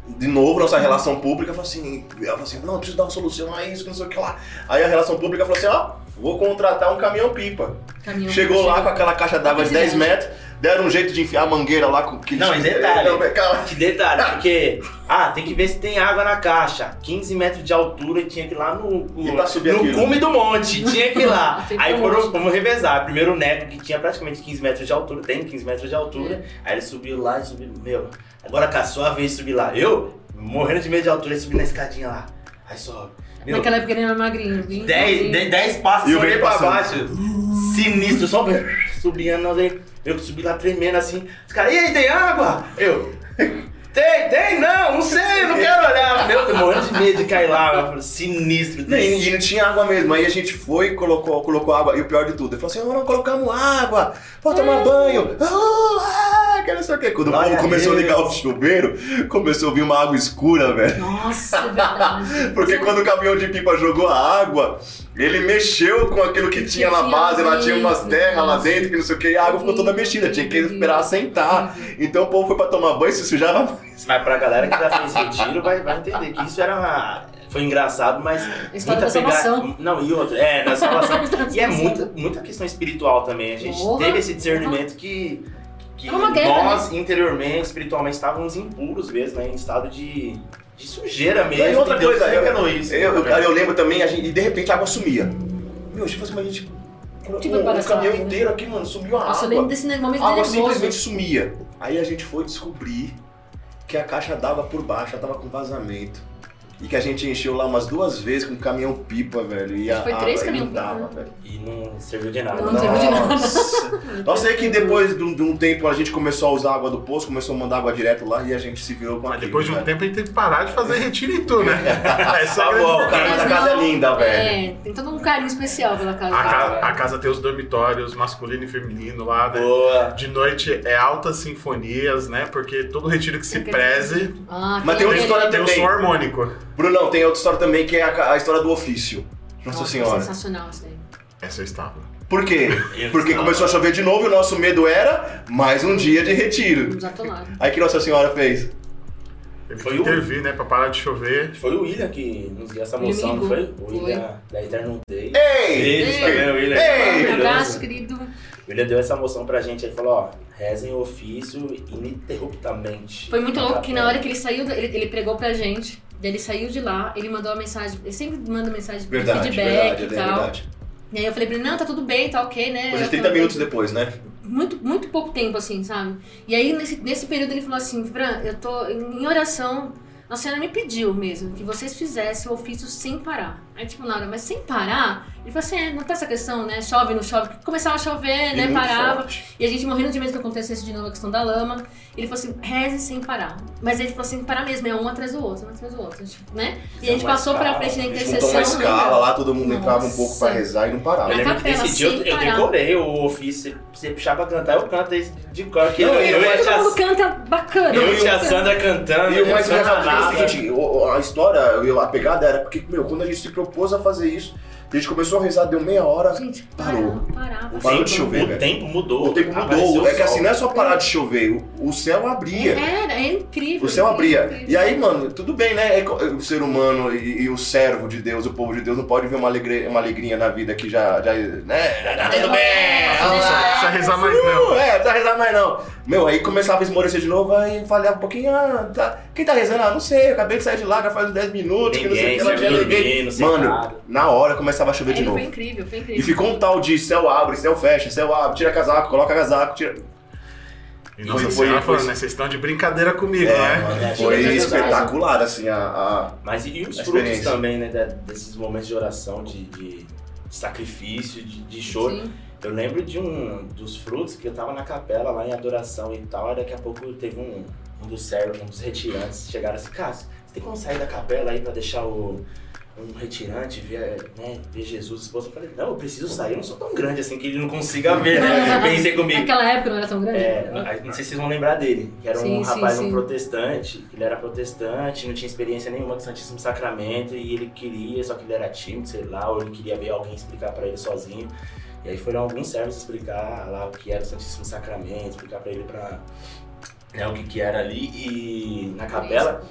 de novo, Uhum. nossa relação pública falou assim, ela falou assim, não, eu preciso dar uma solução a isso, que não sei o que lá. Aí a relação pública falou assim, ó, vou contratar um caminhão-pipa. Caminhão. Chegou lá com aquela caixa d'água de 10 Presidente. metros, deram um jeito de enfiar a mangueira lá com que Não, mas detalhe. Não, mas calma. Que detalhe, porque. Ah, tem que ver se tem água na caixa. 15 metros de altura e tinha que ir lá no. no- E pra subir no aquilo? cume do monte. Tinha que ir lá. Tem que ir Aí no foram, monte. vamos revezar. Primeiro o Neto, que tinha praticamente 15 metros de altura, tem 15 metros de altura. É. Aí ele subiu lá e subiu. Meu, agora caçou a vez de subir lá. Eu, morrendo de medo de altura, subi na escadinha lá. Aí sobe. Meu, Naquela época ele era magrinho. bem 10, magrinho. 10, 10 passos E e eu eu venho pra passando. baixo. Sinistro, só vendo, subindo, não sei. Eu subi lá tremendo assim. Os caras, e aí, tem água? Eu. Tem, tem, não, não sei, eu não quero olhar. Meu, tô morrendo de medo de cair lá. Eu falei, Sinistro. Não, E e não tinha água mesmo. Aí a gente foi, colocou, Hum. colocou água. E o pior de tudo, ele falou assim: "Ah, não colocamos água, vou tomar banho. Ah, ah, quero não sei o quê. Quando o Glória povo a começou a Deus. ligar o chuveiro, começou a vir uma água escura, velho. Nossa, é verdade. Porque quando o caminhão de pipa jogou a água, ele mexeu com aquilo que tinha na base, lá tinha umas terras lá dentro, né? Uhum. que não sei o que, e a água ficou toda mexida, tinha que esperar assentar. Então o povo foi pra tomar banho, se sujava Mas pra galera que tá já fez retiro, vai, vai entender que isso era uma... Foi engraçado, mas. muita História da salvação. Não, e outra. É, na salvação. E é muita, muita questão espiritual também. A gente Porra. teve esse discernimento que, que É uma guerra, nós, interiormente, espiritualmente, estávamos impuros mesmo, né? Em estado de, de sujeira mesmo. Não, né? e outra Deus coisa, eu- revelou isso. Eu, eu, cara, eu lembro também, a gente- e de repente a água sumia. Meu, deixa eu fazer uma gente. O, Tipo, para o essa caminhão água, né? inteiro aqui, mano, sumiu a Nossa, eu lembro água. desse A momento água nervoso. simplesmente sumia. Aí a gente foi descobrir que a caixa d'água por baixo, ela tava com vazamento. E que a gente encheu lá umas duas vezes com caminhão pipa, velho. E a Foi três água caminhão não pipa, dava, né? velho. E não serviu de nada. Não, serviu de nada. Nossa. Nossa, aí que depois de um, de um tempo a gente começou a usar a água do poço, começou a mandar água direto lá e a gente se virou com Mas aquilo, depois de um velho. tempo a gente teve que parar de fazer retiro e tudo, né? Essa é a Tá grande bom, cara. Mas a Mas casa é não- linda, velho. É, tem todo um carinho especial pela casa. A, ca- a casa tem os dormitórios masculino e feminino lá, né? Boa. De noite é altas sinfonias, né? Porque todo retiro que se Tem que- preze Ah, Mas tem aquele- outra história tem um também. som harmônico. Brunão, tem outra história também que é a, a história do ofício. Nossa, senhora. Sensacional isso daí. Essa eu estava. Por quê? Eu Porque não. começou a chover de novo e o nosso medo era mais um dia de retiro. Nos atolados. Aí o que Nossa Senhora fez? Teve Foi que o- um? intervir, né? Pra parar de chover. Foi o William que nos deu essa Ele moção, me não foi? ligou. O William da Eternal Day. Ei! Beijo também, é o William. Ei! Um abraço, Maravilhoso. querido. O William deu essa moção pra gente, ele falou, ó, rezem o ofício ininterruptamente. Foi muito louco que na hora que ele saiu, da- ele, ele pregou pra gente, daí ele saiu de lá, ele mandou uma mensagem, ele sempre manda mensagem Verdade, de feedback verdade, é e tal. verdade. E aí eu falei pra ele, não, tá tudo bem, tá ok, Coisa né? de Eu É, 30 falei, minutos depois, né? Muito, muito pouco tempo, assim, sabe? E aí nesse, nesse período ele falou assim, Fran, eu tô em oração, a senhora me pediu mesmo que vocês fizessem o ofício sem parar. Aí tipo, na hora, mas sem parar? Ele falou assim, é, não tá essa questão, né? Chove, não chove. Começava a chover, E né? muito Parava. forte. E a gente morrendo de medo que acontecesse de novo a questão da lama. Ele falou assim, reze sem parar. Mas ele falou assim, parar mesmo, é um atrás do outro, um atrás do outro, tipo, né? E a gente Uma passou pra escala, frente na a gente Eles montaram uma intercessão. escala lá, todo mundo entrava um né? Nossa. pouco pra rezar e não Eu parava. Na lembro que capela, nesse dia sem eu, eu parar. decorei o ofício. Se você puxar pra cantar, eu canto esse de cor. Que eu, Não, eu- eu, e a Todo tia- mundo canta bacana. eu e a Sandra cantando. E o mais eu não engraçado cantava é nada. o seguinte, o- a história, a pegada era porque, meu, quando a gente se propôs a fazer isso, a gente começou a rezar, deu meia hora, Gente, Parou. parava, parava. O barulho O de chover, tempo- velho. o tempo mudou. o tempo mudou. apareceu É que sol. assim, não é só parar de chover, o- o céu abria. Era, é incrível. O céu incrível, abria. incrível. E aí, mano, tudo bem, né? É co- O ser humano e, e o servo de Deus, o povo de Deus, não pode ver uma, alegre, uma alegria na vida que já. já né? Tá tudo bem! vamos Não lá. precisa rezar mais, não. Uh, Ah, É, não precisa rezar mais não. Meu, aí começava a esmorecer de novo, aí falhava um pouquinho, ah, tá. Quem tá rezando? Ah, não sei, eu acabei de sair de lá, já faz uns 10 minutos, que não sei o Ninguém, que, ela sem tinha ninguém. dormir, é não sei Mano, nada. na hora começava a chover de Ele novo. Foi incrível, foi incrível. E ficou um tal de céu abre, céu fecha, céu abre, tira casaco, coloca casaco, tira. E nossa Foi- senhora foi- falando, foi- né? Vocês estão de brincadeira comigo, É, né? mano, É, foi tira casaco. espetacular, assim, a- a, Mas e, e os A frutos experiência. também, né? da- desses momentos de oração, de, de sacrifício, de, de choro. Sim. Eu lembro de um dos frutos que eu tava na capela lá em adoração e tal, e daqui a pouco teve um, um dos servos, um dos retirantes, chegaram assim, Cássio, você tem como sair da capela aí pra deixar o. Um retirante ver, né, ver Jesus, esposa. Eu falei, não, eu preciso sair, eu não sou tão grande assim que ele não consiga ver, né? Pensei comigo. Naquela época não era tão grande. É, aí não sei se vocês vão lembrar dele, que era um né? Sim, sim, rapaz, sim. um protestante, ele era protestante, não tinha experiência nenhuma com o Santíssimo Sacramento, e ele queria, só que ele era tímido, sei lá, ou ele queria ver alguém explicar pra ele sozinho. E aí foram alguns servos explicar lá o que era o Santíssimo Sacramento, explicar pra ele pra, né, o que, que era ali e na capela.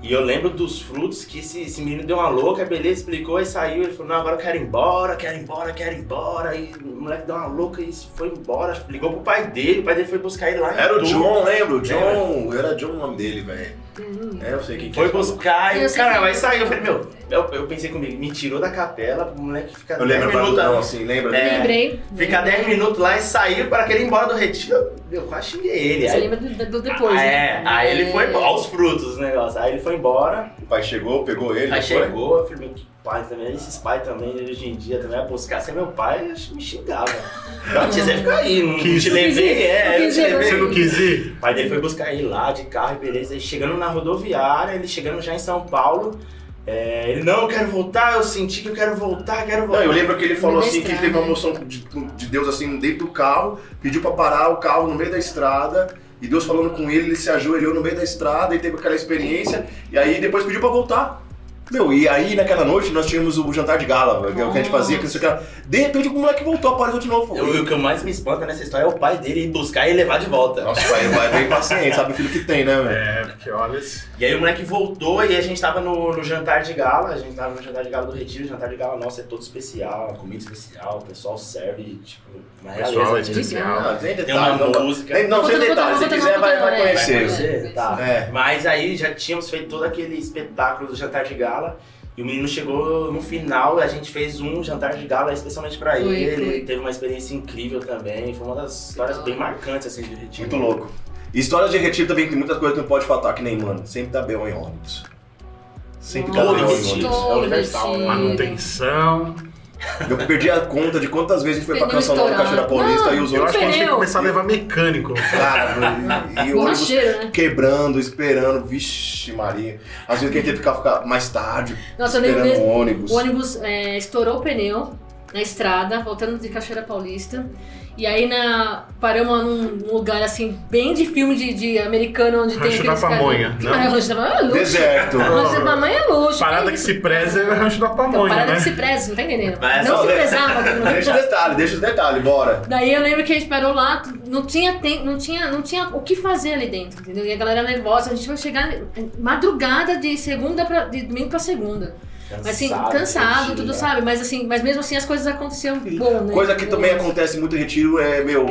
E eu lembro dos frutos que esse, esse menino deu uma louca, beleza, explicou e saiu. Ele falou, não, agora eu quero ir embora, quero ir embora, quero ir embora. E o moleque deu uma louca e foi embora. Ligou pro pai dele, o pai dele foi buscar ele lá em Era o Itu. John, lembra? O John, era John o nome dele, velho. Hum. É, eu sei quem que Foi é. buscar e Eu o sei é. cara que- vai sair. Eu falei, meu, eu, eu pensei comigo, me tirou da capela pro moleque ficar Eu lembro 10 pra minutos. não, assim, lembra? É. Lembrei. Ficar 10 minutos lá e saiu para querer ir embora do retiro. Meu, quase xinguei ele. Você Aí, lembra do, do depois, Ah, né? É, aí ele foi embora. Aos frutos do negócio. Aí ele foi embora. O pai chegou, pegou ele, Aí não foi? chegou, eu falei, meu, que pai também, esses pais também, hoje em dia também, a buscar, você é meu pai, eu acho que me xingava. Não, tia, você fica aí, não Que te isso? levei, Não é, não quis te ir, Você levei. não quis ir? O pai dele foi buscar ele lá de carro, e beleza, aí chegando na rodoviária, ele chegando já em São Paulo, é, ele, não, eu quero voltar, eu senti que eu quero voltar, quero Não, voltar. eu lembro que ele falou meio da assim que ele estrada. teve uma moção de, de Deus assim dentro do carro, pediu pra parar o carro no meio da estrada. E Deus falando com ele, ele se ajoelhou no meio da estrada e teve aquela experiência. E aí depois pediu pra voltar. Meu, e aí naquela noite nós tínhamos o jantar de gala, que é o que a gente fazia, que não sei o que lá. De repente o moleque voltou, apareceu de novo. Eu, o que mais me espanta nessa história é o pai dele ir buscar e levar de volta. Nossa, pai, vai bem paciente, sabe o filho que tem, né, velho? É, porque olha. esse- E aí o moleque voltou e a gente tava no, no jantar de gala, a gente tava no jantar de gala do Retiro, o jantar de gala nosso é todo especial, comida especial, o pessoal serve, tipo, uma Pessoal realeza. é tipo, especial. Ah, tem Tem uma detalhe, não, não, música. nem- não, sem Conta, conta, detalhe, se conta, quiser conta, vai, vai conta, é. Vai conhecer. conhecer? Tá. É. Mas aí já tínhamos feito todo aquele espetáculo do jantar de gala. E o menino chegou no final, a gente fez um jantar de gala especialmente pra Foi, ele. foi. Ele teve uma experiência incrível também. Foi uma das histórias bem marcantes, assim, de retiro. Muito louco. E história de retiro também tem muitas coisas que não pode faltar, que nem, mano, sempre dá B.O. em ônibus. Sempre dá Todo B.O. em retiro. ônibus. é universal, né? Manutenção. Eu perdi a conta de quantas vezes a gente foi pra Pneu Canção Nova estourado. Cachoeira Paulista Não, e os Eu ônibus. acho que a gente tem que Pneu. começar a levar mecânico. Cara, e- e o ônibus Borracheiro, né? quebrando, esperando. Vixe, Maria. Às vezes quem teve que ficar, ficar mais tarde, Nossa, eu lembro esperando desse. o ônibus. O ônibus é, estourou o pneu na estrada, voltando de Cachoeira Paulista. E aí na, paramos num lugar assim, bem de filme de, de americano, onde tem Rancho da aqueles caras- Pamonha, Ah, não? Rancho da Pamonha é luxo. Deserto. Rancho da Pamonha é luxo. Parada que isso? se preze é o rancho da Então, pamonha, parada né? que se preze, não tá entendendo? Mas não só se de- prezava. deixa os detalhes, deixa os detalhes, bora. Daí eu lembro que a gente parou lá, t- não tinha, tem- não tinha, não tinha o que fazer ali dentro, entendeu? E a galera nervosa, a gente vai chegar madrugada de segunda pra, de domingo pra segunda. Cansado, Mas assim, cansado, retiro, tudo né? sabe, mas assim, mas mesmo assim as coisas aconteciam bom, né? Coisa que Bom. também acontece muito em retiro é, meu.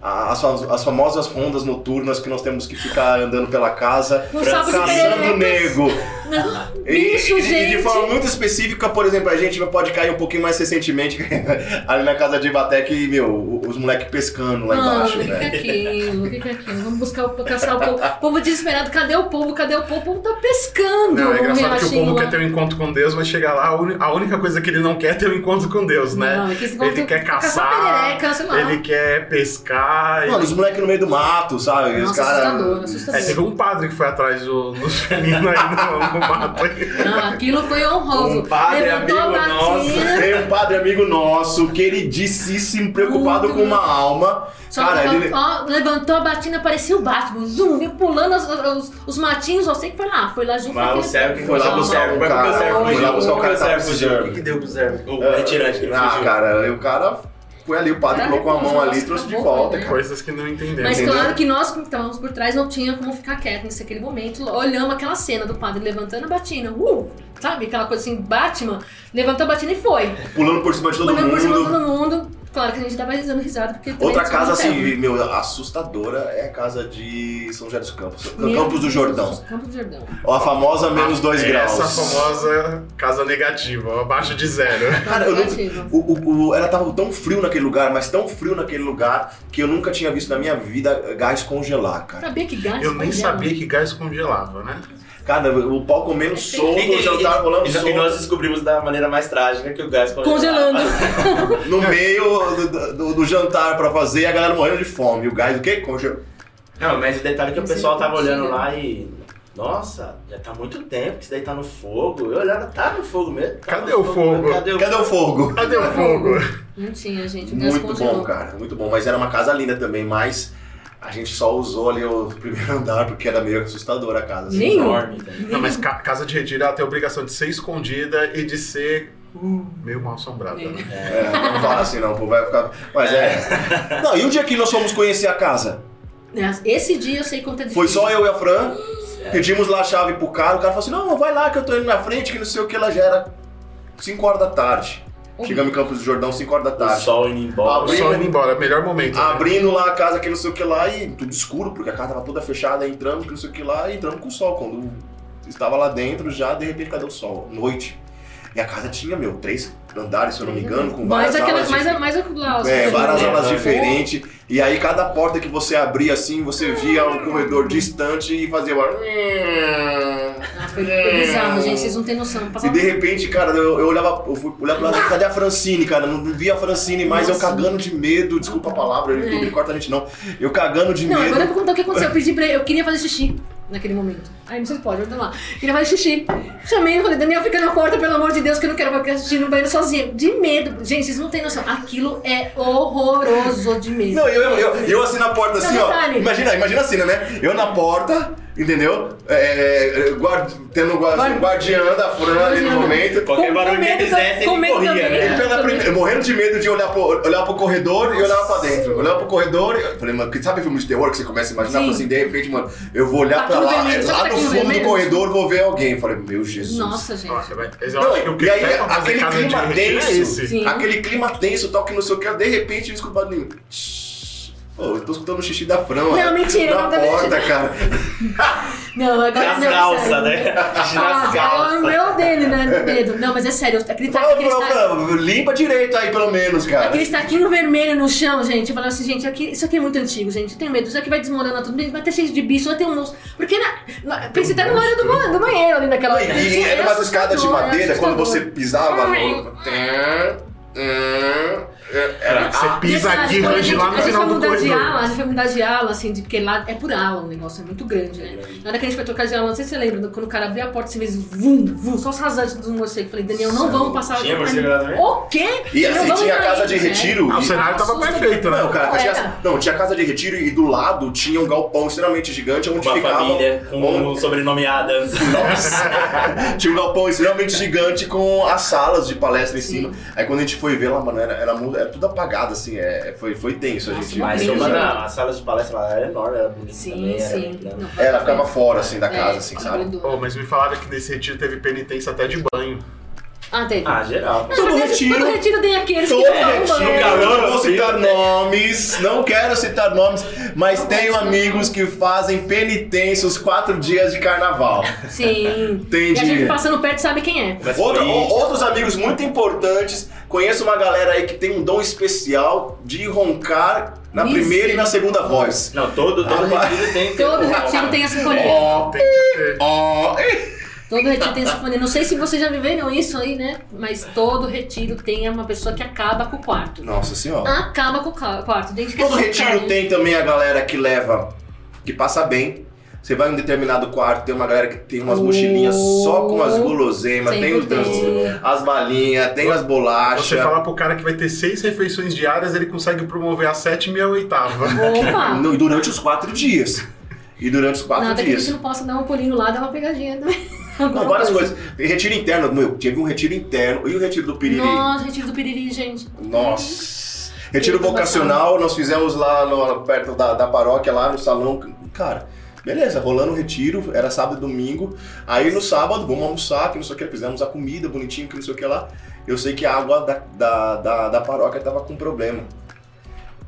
a- As, fam- as famosas rondas noturnas que nós temos que ficar andando pela casa, Não sabe o que caçando nego. Não, E- bicho, Ah, e, gente. de forma muito específica, por exemplo, a gente pode cair um pouquinho mais recentemente ali na casa de Ibaté, que, meu, os moleques pescando lá embaixo, Mano, o que, que né? é aquilo? O que, que é aquilo? Vamos buscar o caçar o povo. O povo desesperado, cadê o povo? Cadê o povo? O povo tá pescando. Não, é engraçado que o riachinho povo lá. quer ter um encontro com Deus, mas chegar lá, a uni- a única coisa que ele não quer é ter um encontro com Deus, né? Não, é que esse povo Ele tem- quer caçar, perereca, sei lá. ele quer pescar. Mano, os moleques no meio do mato, sabe? os Nossa, assustador, caras. É, teve assustador. um padre que foi atrás do, dos meninos aí no, no mato. Não, aquilo foi honroso. Um padre Levantou a amigo nosso. batina. Tem um padre amigo nosso, queridíssimo, preocupado Muito com uma alma. Só Cara, que, ele- ó, levantou a batina, parecia o Batman. Zum, veio pulando as- os, os matinhos. Eu sei que foi lá, foi lá junto Mas com o aquele- servo que Foi lá fugiu, buscar servo, o vai cara, buscar o servo, foi lá fugiu, buscar o cara o servo que fugiu. tava O que que deu pro servo? O Ah, retirante que ele Ah, fugiu. cara, o cara foi ali, o padre Cara, colocou a mão ali e nossa, trouxe de acabou, volta. né? cara. Coisas que não entendemos. Mas Entendeu? claro que nós que estávamos por trás não tinha como ficar quieto nesse aquele momento. Olhamos aquela cena do padre levantando a batina. Uh! Sabe? Aquela coisa assim, Batman, levantou a batina e foi. Pulando por cima de todo Olhando por cima de mundo. todo mundo. Claro que a gente tava risando risada, porque. também Outra isso casa, acontece. assim, meu, assustadora é a casa de São José dos Campos. Meu Campos do Deus, Jordão. Campos do Jordão. Ó, a famosa menos 2 Ah, graus. Essa famosa casa negativa, ó, abaixo de zero. Cara, eu nunca. Negativo. O, o- o- ela tava tão frio naquele lugar, mas tão frio naquele lugar, que eu nunca tinha visto na minha vida eh, gás congelar, cara. Sabia que gás Eu nem congela. sabia que gás congelava, né? Cara, o pau comendo solto, E- o e- jantar rolando e- E solto. nós descobrimos da maneira mais trágica que o gás Congelando. No meio do, do- do jantar pra fazer e a galera morrendo de fome. E o gás, o quê? Congelou. Não, mas o detalhe é que o Isso pessoal é tava mentira. olhando lá e. Nossa, já tá muito tempo que isso daí tá no fogo. Eu olhava, tá no fogo mesmo. tá Cadê no o fogo? Cadê o Cadê o fogo? Cadê o fogo? Não tinha, gente. O gás Muito congelou. bom, cara, muito bom. Mas era uma casa linda também, mas a gente só usou ali o primeiro andar porque era meio assustadora a casa. assim. Nem- Enorme, tá? Não, mas ca- casa de retiro ela tem a obrigação de ser escondida e de ser uh, meio mal assombrada. É. Né? É, não fala assim não, pô, vai ficar. Mas é. Não, e o dia que nós fomos conhecer a casa? Esse dia eu sei quanto é difícil. Foi só eu e a Fran, pedimos lá a chave pro cara, o cara falou assim: não, vai lá que eu tô indo na frente, que não sei o que, ela já era 5 horas da tarde. Chegamos em Campos do Jordão, 5 horas da O tarde. sol indo embora. O sol indo embora, melhor momento. né? Abrindo lá a casa, que não sei o que lá, e tudo escuro, porque a casa tava toda fechada, aí entramos, que não sei o que lá, e entramos com o sol. Quando estava lá dentro, já de repente, cadê o sol? Noite. E a casa tinha, meu, três andares, se eu não me engano, com várias mais aquelas, alas mais, de- a- mais a- lá, os- é, várias né? tá alas Uhum. diferentes. E aí cada porta que você abria assim, você via um corredor distante e fazia. uma- Ah, foi É. foi bizarro, gente. Vocês não têm noção. E Passava- de repente, cara, eu, eu olhava, eu fui olhar pra lá, cadê a Francine, cara? Não, não via a Francine mais, eu Nossa. cagando de medo, desculpa a palavra, ele É. não corta a gente não. Eu cagando de Não, medo. agora eu vou contar o que aconteceu. Eu pedi pra eu queria fazer xixi. naquele momento. Aí não sei se pode, mas vamos lá. Ele vai xixi. Chamei e falei, Daniel, fica na porta, pelo amor de Deus, que eu não quero ficar xixi no banheiro sozinha. De medo. Gente, vocês não têm noção. Aquilo é horroroso de medo. Não, eu, eu, eu, eu assim na porta, assim, Não, ó. detalhe. Imagina, imagina assim, né? Eu na porta, entendeu? É, é, guard, tendo guar- Guarda- guardiã da Fran ali no Guardiã. momento. Qualquer Com- barulho com que medo ele fizesse, tam- com ele medo corria, também. né? E pela primeira- morrendo de medo de olhar pro, olhar pro corredor e olhar pra dentro. Olhar pro corredor e eu falei, mano, que- sabe filme de terror que você começa a imaginar? Sim. Fala assim, de repente, mano, eu vou olhar Tá pra tudo lá, vermelho, é sabe lá no aquilo fundo do vermelho? corredor vou ver alguém. Eu Falei, meu Jesus. Nossa, gente. Nossa, vai. Eu Não, acho que o e aí, critério pra fazer aquele casa de clima retiro denso. é esse. Sim. Aquele clima tenso, tal, que não sei o que, de repente eu escuto barulhinho. Pô, eu tô escutando o xixi da Fran, ó, mentira, na não tá porta, cara. Não, agora Nas não. calças, sério. né? Ah, Nas é o calças. meu dele, né? do Dedo. Não, mas é sério, aquele tá Fala, aquele Fran, tá- Fran, limpa direito aí, pelo menos, cara. Aquele estaquinho vermelho no chão, gente. Eu falava assim, gente, aqui, isso aqui é muito antigo, gente. Eu tenho medo. Isso aqui vai desmoronar tudo. Vai ter cheio de bicho, vai ter um monstro. Porque na, na, pensei um até numa área do, né? ba- do banheiro ali naquela Não, E, e Gente, é era umas escadas de assustador, madeira, era quando você assustador. pisava Ai. no. Era Você pisa Detalhe, aqui, quando a range gente- lá no a gente final foi do mudar de aula, corredor. A gente foi mudar de aula, assim, de, porque lá é por aula o negócio, é muito grande, né? Na hora que a gente foi trocar de aula, não sei se você lembra, quando o cara abriu a porta, você fez vum, vum, só os rasantes dos morcegos. Falei, Daniel, não vamos passar... Tinha Ah, morcego lá também? O quê? E Não assim, vamos tinha a entrar casa aí, de né? É. retiro. Ah, o e- cenário tava Assusta. perfeito, né? Não, cara, Era. tinha, não, tinha a casa de retiro e do lado tinha um galpão extremamente gigante onde Uma ficava. um família com onde- o sobrenome Adams. Nossa. Tinha um galpão extremamente gigante com as salas de palestra em cima. Aí quando a gente foi ver lá, mano, era, era, mu- era tudo apagado, assim, é, foi, foi tenso a Nossa, gente. Mas Sim. uma da, a sala de palestra lá era enorme, era bonita Sim, também. Era sim. muito grande. Não, Ela ficava fora, assim, da é, casa, assim, sabe? corredor. Pô, mas me falaram que nesse retiro teve penitência até de banho. Ah, teve. Ah, geral. Não, todo mas esse- retiro- Todo retiro tem aqueles Todo que tombam, retiro, né? cara. eu não vou Sim. citar nomes, não quero citar nomes, mas tenho amigos que fazem penitência os quatro dias de carnaval. Sim. E a gente Entendi. passando perto sabe quem é. Mas Outra- foi- o- outros amigos muito importantes, conheço uma galera aí que tem um dom especial de roncar na Isso. primeira e na segunda voz. Não, todo, todo Ah, vai. retiro tem. Todo retiro tem a sinfonia. Ó, Tem que ter. ó, Todo retiro tem sinfonia. Não sei se vocês já viveram isso aí, né? Mas todo retiro tem uma pessoa que acaba com o quarto. Nossa senhora. Acaba com o ca- quarto. Gente, Ah, que Todo assim, retiro cara, tem também a galera que leva, que passa bem. Você vai em um determinado quarto, tem uma galera que tem umas Oh. mochilinhas só com as guloseimas, tem os sempre tem. as balinhas, tem as Você bolachas. fala pro cara que vai ter seis refeições diárias, ele consegue promover a sétima e a oitava. Opa! Não, E durante os quatro dias. E durante os quatro Nada que a dias. gente não possa dar um pulinho lá, dar uma pegadinha também. Não, Alguma várias coisa. coisas. Tem retiro interno, meu, teve um retiro interno. E o retiro do Piriri? Nossa, retiro do piriri, gente. Nossa. Retiro Eu tô vocacional, nós fizemos lá no- perto da, da paróquia, lá no salão. Cara, beleza, rolando o retiro, era sábado e domingo. Aí no sábado, vamos almoçar, que não sei o que, fizemos a comida bonitinho, que não sei o que lá. Eu sei que a água da, da, da, da paróquia tava com problema.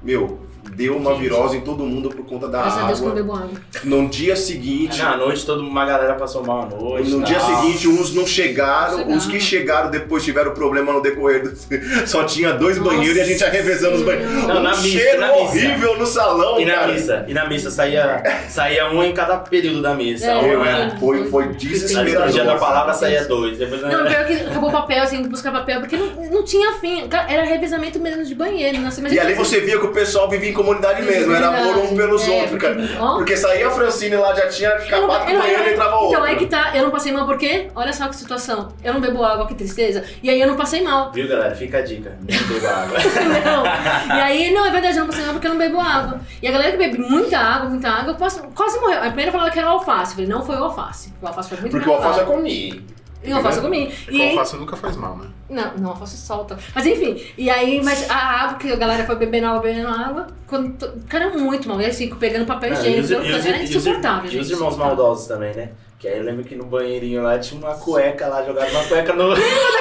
Meu, deu uma virose em todo mundo por conta da Graças a Deus que eu não água. bebo água. No dia seguinte. Na noite, toda uma galera passou mal à noite. No tal. dia seguinte, uns não chegaram, Chegaram. os que chegaram depois tiveram problema no decorrer do... Só tinha dois banheiros e a gente ia revezando os banheiros. Não, um na missa, cheiro na missa. horrível no salão, E na cara. missa, e na missa saía, saía um em cada período da missa. É. Um Meu, era- era- foi, foi Aí, No dia da desesperador. palavra saía dois. Depois É. Não, pior que acabou o papel, assim, buscar papel, porque não, não tinha fim. Cara, Era revezamento mesmo de banheiro. Nossa, mas E ali você via que o pessoal vivia em comunidade mesmo, era amor um pelos É, outros, cara. porque- ó. Porque saía a Francine lá, já tinha Eu não- acabado com eu não- banheiro e entrava outro. Então é que tá, eu não passei mal porque, olha só que situação, eu não bebo água, que tristeza, e aí eu não passei mal. Viu, galera? Fica a dica. Não beba água. não. E aí, não, é verdade, eu não passei mal porque eu não bebo água. E a galera que bebe muita água, muita água, quase, quase morreu. A primeira falava que era o alface, eu falei, não foi o alface, o alface foi muito Porque o alface é eu gravado. comi. E o alface eu né? comi. Porque E o aí, alface nunca faz mal, né? Não, não, a fossa solta. Mas enfim, e aí, mas a água que a galera foi bebendo água, bebendo água, quando to- cara muito mal. E assim, pegando É, papel Não, higiênico, e os- e os- era e os- insuportável, E gente. os irmãos maldosos também, né? Que aí eu lembro que no banheirinho lá tinha uma cueca lá, jogaram uma cueca no...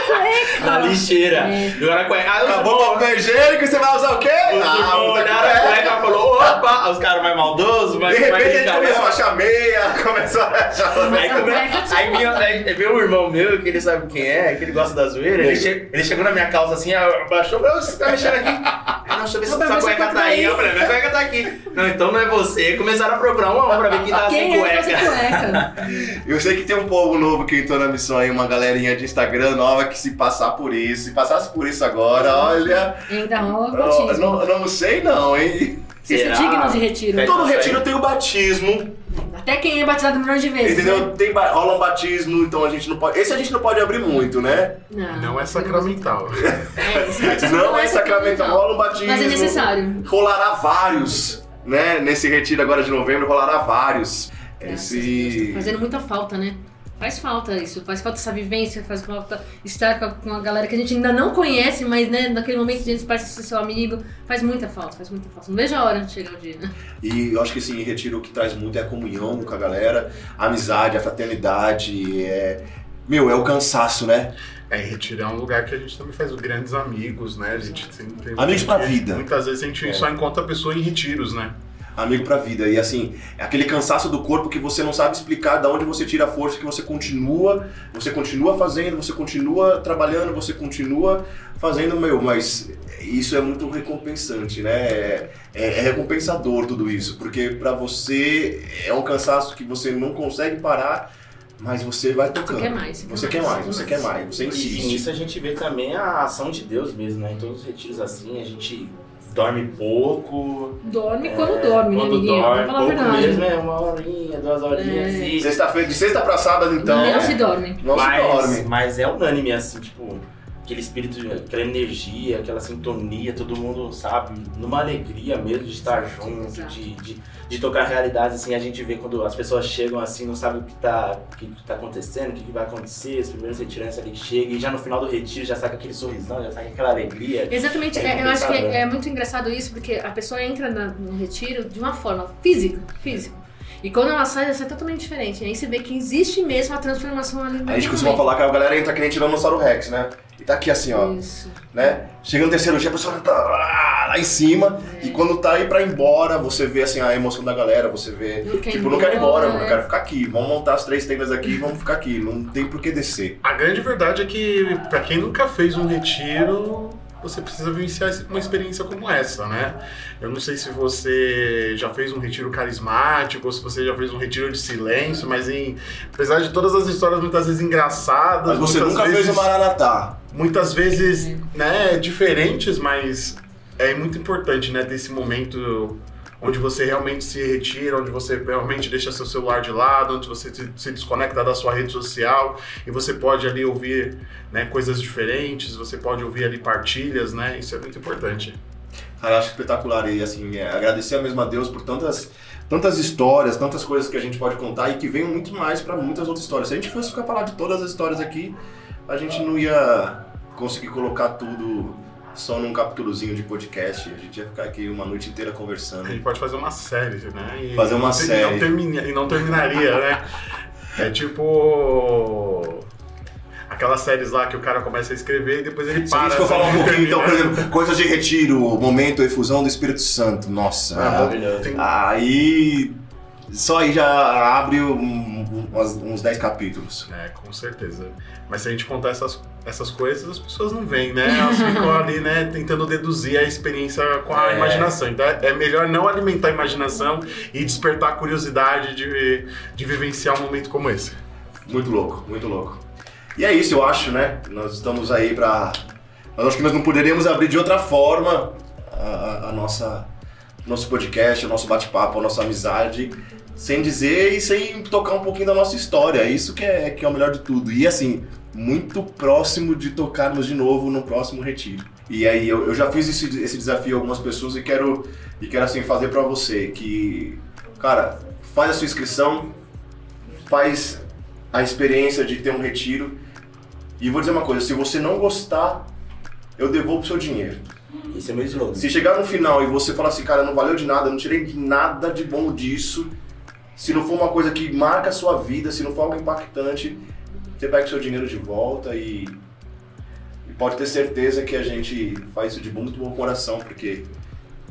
na lixeira. É. Jogaram a cueca. Ah, Acabou o papel higiênico, você vai usar o quê? Os Ah, irmãos usa olharam a cueca. cueca e falou, opa! Aí Os caras mais maldosos, mais... De repente mais a gente brincalhão. começou a achar meia, começou a achar... Aí, come- cueca tinha- aí vinha- aí veio um irmão meu, que ele sabe quem é, que ele gosta da zoeira, ele, che- ele chegou na minha calça assim, abaixou, falou, você tá mexendo aqui? Ah, não, deixa eu ver se Roberto, essa você cueca tá tá aí. aí. Eu falei, minha cueca tá aqui. Não, então não é você. Começaram a procurar um a um pra ver quem tava sem Quem é que tá cueca. sem cueca? Eu sei que tem um povo novo que entrou na missão aí, uma galerinha de Instagram nova que se passar por isso, se passasse por isso agora, olha. Ainda rola Não, batismo. não, não sei não, hein? Vocês são Será? dignos de retiro. É. Todo retiro tem o batismo. Até quem é batizado milhões de vezes. Então- Entendeu? Tem, ba- rola um batismo, então a gente não pode. Esse a gente não pode abrir muito, né? Ah, Não, Não é sacramental. É, esse batismo Não é sacramental, rola um batismo. Mas é necessário. Rolará vários, né? Nesse retiro agora de novembro, rolará vários. Graças a Deus, Esse. tá Fazendo muita falta, né? Faz falta isso, faz falta essa vivência, faz falta estar com a, com a galera que a gente ainda não conhece, mas né, naquele momento que a gente passa a ser seu amigo, faz muita falta, faz muita falta. Não vejo a hora de chegar o dia, né? E eu acho que esse retiro o que traz muito é a comunhão com a galera, a amizade, a fraternidade. É... Meu, é o cansaço, né? É, retirar é um lugar que a gente também faz grandes amigos, né? A gente tem, tem- Amigos pra vida. Muitas vezes a gente É. só encontra a pessoa em retiros, né? Amigo pra vida. E assim, é aquele cansaço do corpo que você não sabe explicar da onde você tira a força, que você continua, você continua fazendo, você continua trabalhando, você continua fazendo, meu, mas isso é muito recompensante, né? É, é- é recompensador tudo isso, porque pra você é um cansaço que você não consegue parar, mas você vai tocando. quer mais, você Você quer quer mais, mais, quer você mais. quer mais, você E insiste. nisso a gente vê também a ação de Deus mesmo, né? Em todos os retiros assim, a gente dorme pouco. É, Dorme quando dorme, né, quando amiguinho? dorme, Vamos falar a pouco verdade. mesmo, é uma horinha, duas horinhas. É. E... Sexta-feira, de sexta pra sábado, então, não se dorme. não se mas, dorme. mas é unânime, assim, tipo, aquele espírito, aquela energia, aquela sintonia, todo mundo sabe, numa alegria mesmo de estar junto, Exato. de, de, de tocar realidades, assim, a gente vê quando as pessoas chegam assim, não sabe o que tá, o que tá acontecendo, o que, que vai acontecer, os primeiros retirantes ali que chegam, e já no final do retiro já saca aquele sorrisão, já saca aquela alegria. Exatamente, É é, eu acho que complicado, é, né? muito engraçado isso, porque a pessoa entra na- no retiro de uma forma física, física. E quando ela sai, ela sai totalmente diferente. Aí você vê que existe mesmo a transformação ali A gente naquele costuma momento. falar que a galera entra que nem Tiranossauro Rex, né? E tá aqui assim, ó. Isso. né? Chega no terceiro dia, a pessoa tá lá, lá em cima. E quando tá aí pra ir embora, você vê assim a emoção da galera, você vê. Não quer ir tipo, não quero ir embora, mano, eu né? quero ficar aqui. Vamos montar as três tendas aqui e vamos ficar aqui. Não tem por que descer. A grande verdade é que, pra quem nunca fez um retiro, você precisa vivenciar esse- uma experiência como essa, né? Eu não sei se você já fez um retiro carismático, ou se você já fez um retiro de silêncio, mas em, apesar de todas as histórias muitas vezes Mas engraçadas, você muitas nunca vezes, fez o Maranatá. muitas vezes né, diferentes, mas é muito importante, né, ter esse momento onde você realmente se retira, onde você realmente deixa seu celular de lado, onde você se- se desconecta da sua rede social e você pode ali ouvir né, coisas diferentes, você pode ouvir ali partilhas, né? Isso é muito importante. Cara, eu acho espetacular. E assim, é, agradecer mesmo a Deus por tantas, tantas histórias, tantas coisas que a gente pode contar e que venham muito mais pra muitas outras histórias. Se a gente fosse ficar falando de todas as histórias aqui, a gente não ia conseguir colocar tudo só num capítulozinho de podcast. A gente ia ficar aqui uma noite inteira A conversando. gente pode fazer uma série, né? E Fazer uma não ter- e não série. termina- e não terminaria, né? É tipo. Aquelas séries lá que o cara começa a escrever e depois ele Se a para. gente for falar um sabe? pouquinho, então, por Termina. exemplo, coisas de retiro, momento, efusão do Espírito Santo. Ah, Nossa. Maravilhoso. Tem- aí. Só aí já abre um- um- umas- uns 10 capítulos. É, com certeza. Mas se a gente contar essas, essas coisas, as pessoas não veem, né? Elas ficam ali, né, tentando deduzir a experiência com a É. imaginação. Então é é melhor não alimentar a imaginação e despertar a curiosidade de, de vivenciar um momento como esse. Muito louco, muito louco. E é isso, eu acho, né? Nós estamos aí pra. Nós acho que nós não poderíamos abrir de outra forma a, a- a nossa nosso podcast, o nosso bate-papo, a nossa amizade, sem dizer e sem tocar um pouquinho da nossa história. Isso que é, que é o melhor de tudo. E assim, muito próximo de tocarmos de novo no próximo retiro. E aí, eu, eu já fiz esse, esse desafio a algumas pessoas e quero, e quero assim, fazer pra você que, cara, faz a sua inscrição, faz a experiência de ter um retiro. E vou dizer uma coisa, se você não gostar, eu devolvo o seu dinheiro. Isso é meu slogan. Se chegar no final e você falar assim, cara, não valeu de nada, não tirei de nada de bom disso, se não for uma coisa que marca a sua vida, se não for algo impactante, você pega o seu dinheiro de volta e, e pode ter certeza que a gente faz isso de muito bom coração, porque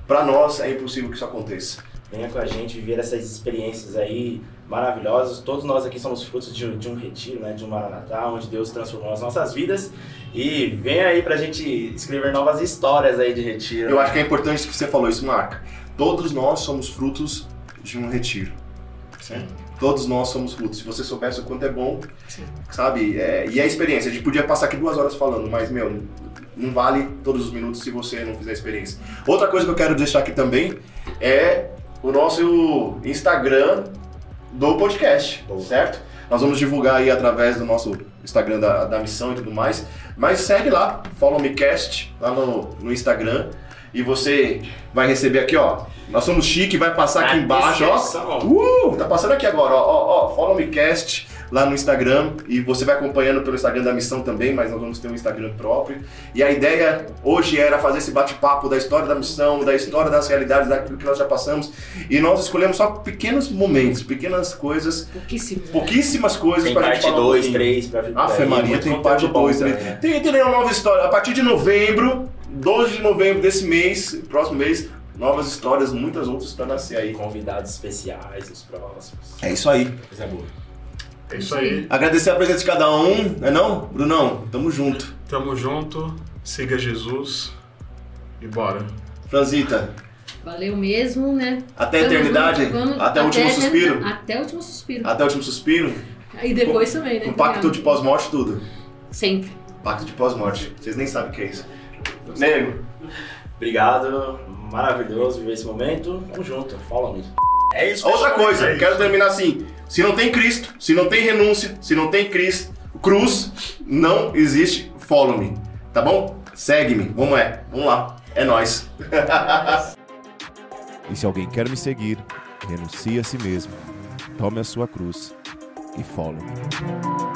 pra nós é impossível que isso aconteça. Venha com a gente viver essas experiências aí maravilhosas. Todos nós aqui somos frutos de, um- de um retiro, né? De um Maranatá, onde Deus transformou as nossas vidas. E vem aí pra gente escrever novas histórias aí de retiro. Eu acho que é importante que você falou isso, Marca. Todos nós somos frutos de um retiro. certo? Todos nós somos frutos. Se você soubesse o quanto é bom, Sim. sabe? É, e a experiência. A gente podia passar aqui duas horas falando, mas, meu, não vale todos os minutos se você não fizer a experiência. Outra coisa que eu quero deixar aqui também é o nosso Instagram do podcast, Boa. certo? Nós vamos divulgar aí através do nosso Instagram da, da missão e tudo mais. Mas segue lá, Follow Me Cast, lá no, no Instagram. E você vai receber aqui, ó. Nós somos chique, vai passar aqui embaixo, ó. Uh, tá passando aqui agora, ó, ó, ó, follow me cast lá no Instagram e você vai acompanhando pelo Instagram da missão também, mas nós vamos ter um Instagram próprio. E a ideia hoje era fazer esse bate-papo da história da missão, da história das realidades, daquilo que nós já passamos. E nós escolhemos só pequenos momentos, pequenas coisas, Pouquíssimos. né? pouquíssimas coisas Tem pra gente parte falar. um 2, pouquinho. 3, pra é, Afe Maria, tem parte 2, 3. né? Tem, tem uma nova história. A partir de novembro, 12 de novembro desse mês, próximo mês, novas histórias, muitas outras pra nascer aí. Convidados especiais, os próximos. É isso aí. Coisa boa. É isso aí. Agradecer a presença de cada um, não é não? Brunão, tamo junto. Tamo junto. Siga Jesus. E bora. Franzita, Valeu mesmo, né? até a Tamo eternidade? junto, vamos- até o último a eterna- suspiro? Até o último suspiro. Até o último suspiro? E depois também, né? Um pacto de pós-morte tudo. Sempre. Pacto de pós-morte. Vocês nem sabem o que é isso. Nego, Obrigado, maravilhoso viver esse momento. Tamo junto, follow me. É isso, outra pessoal. coisa, quero terminar assim. Se não tem Cristo, se não tem renúncia, se não tem Cristo, cruz, não existe follow me. Tá bom? Segue-me. Vamos é. Vamos lá. É nóis. E se alguém quer me seguir, renuncie a si mesmo, tome a sua cruz e follow me.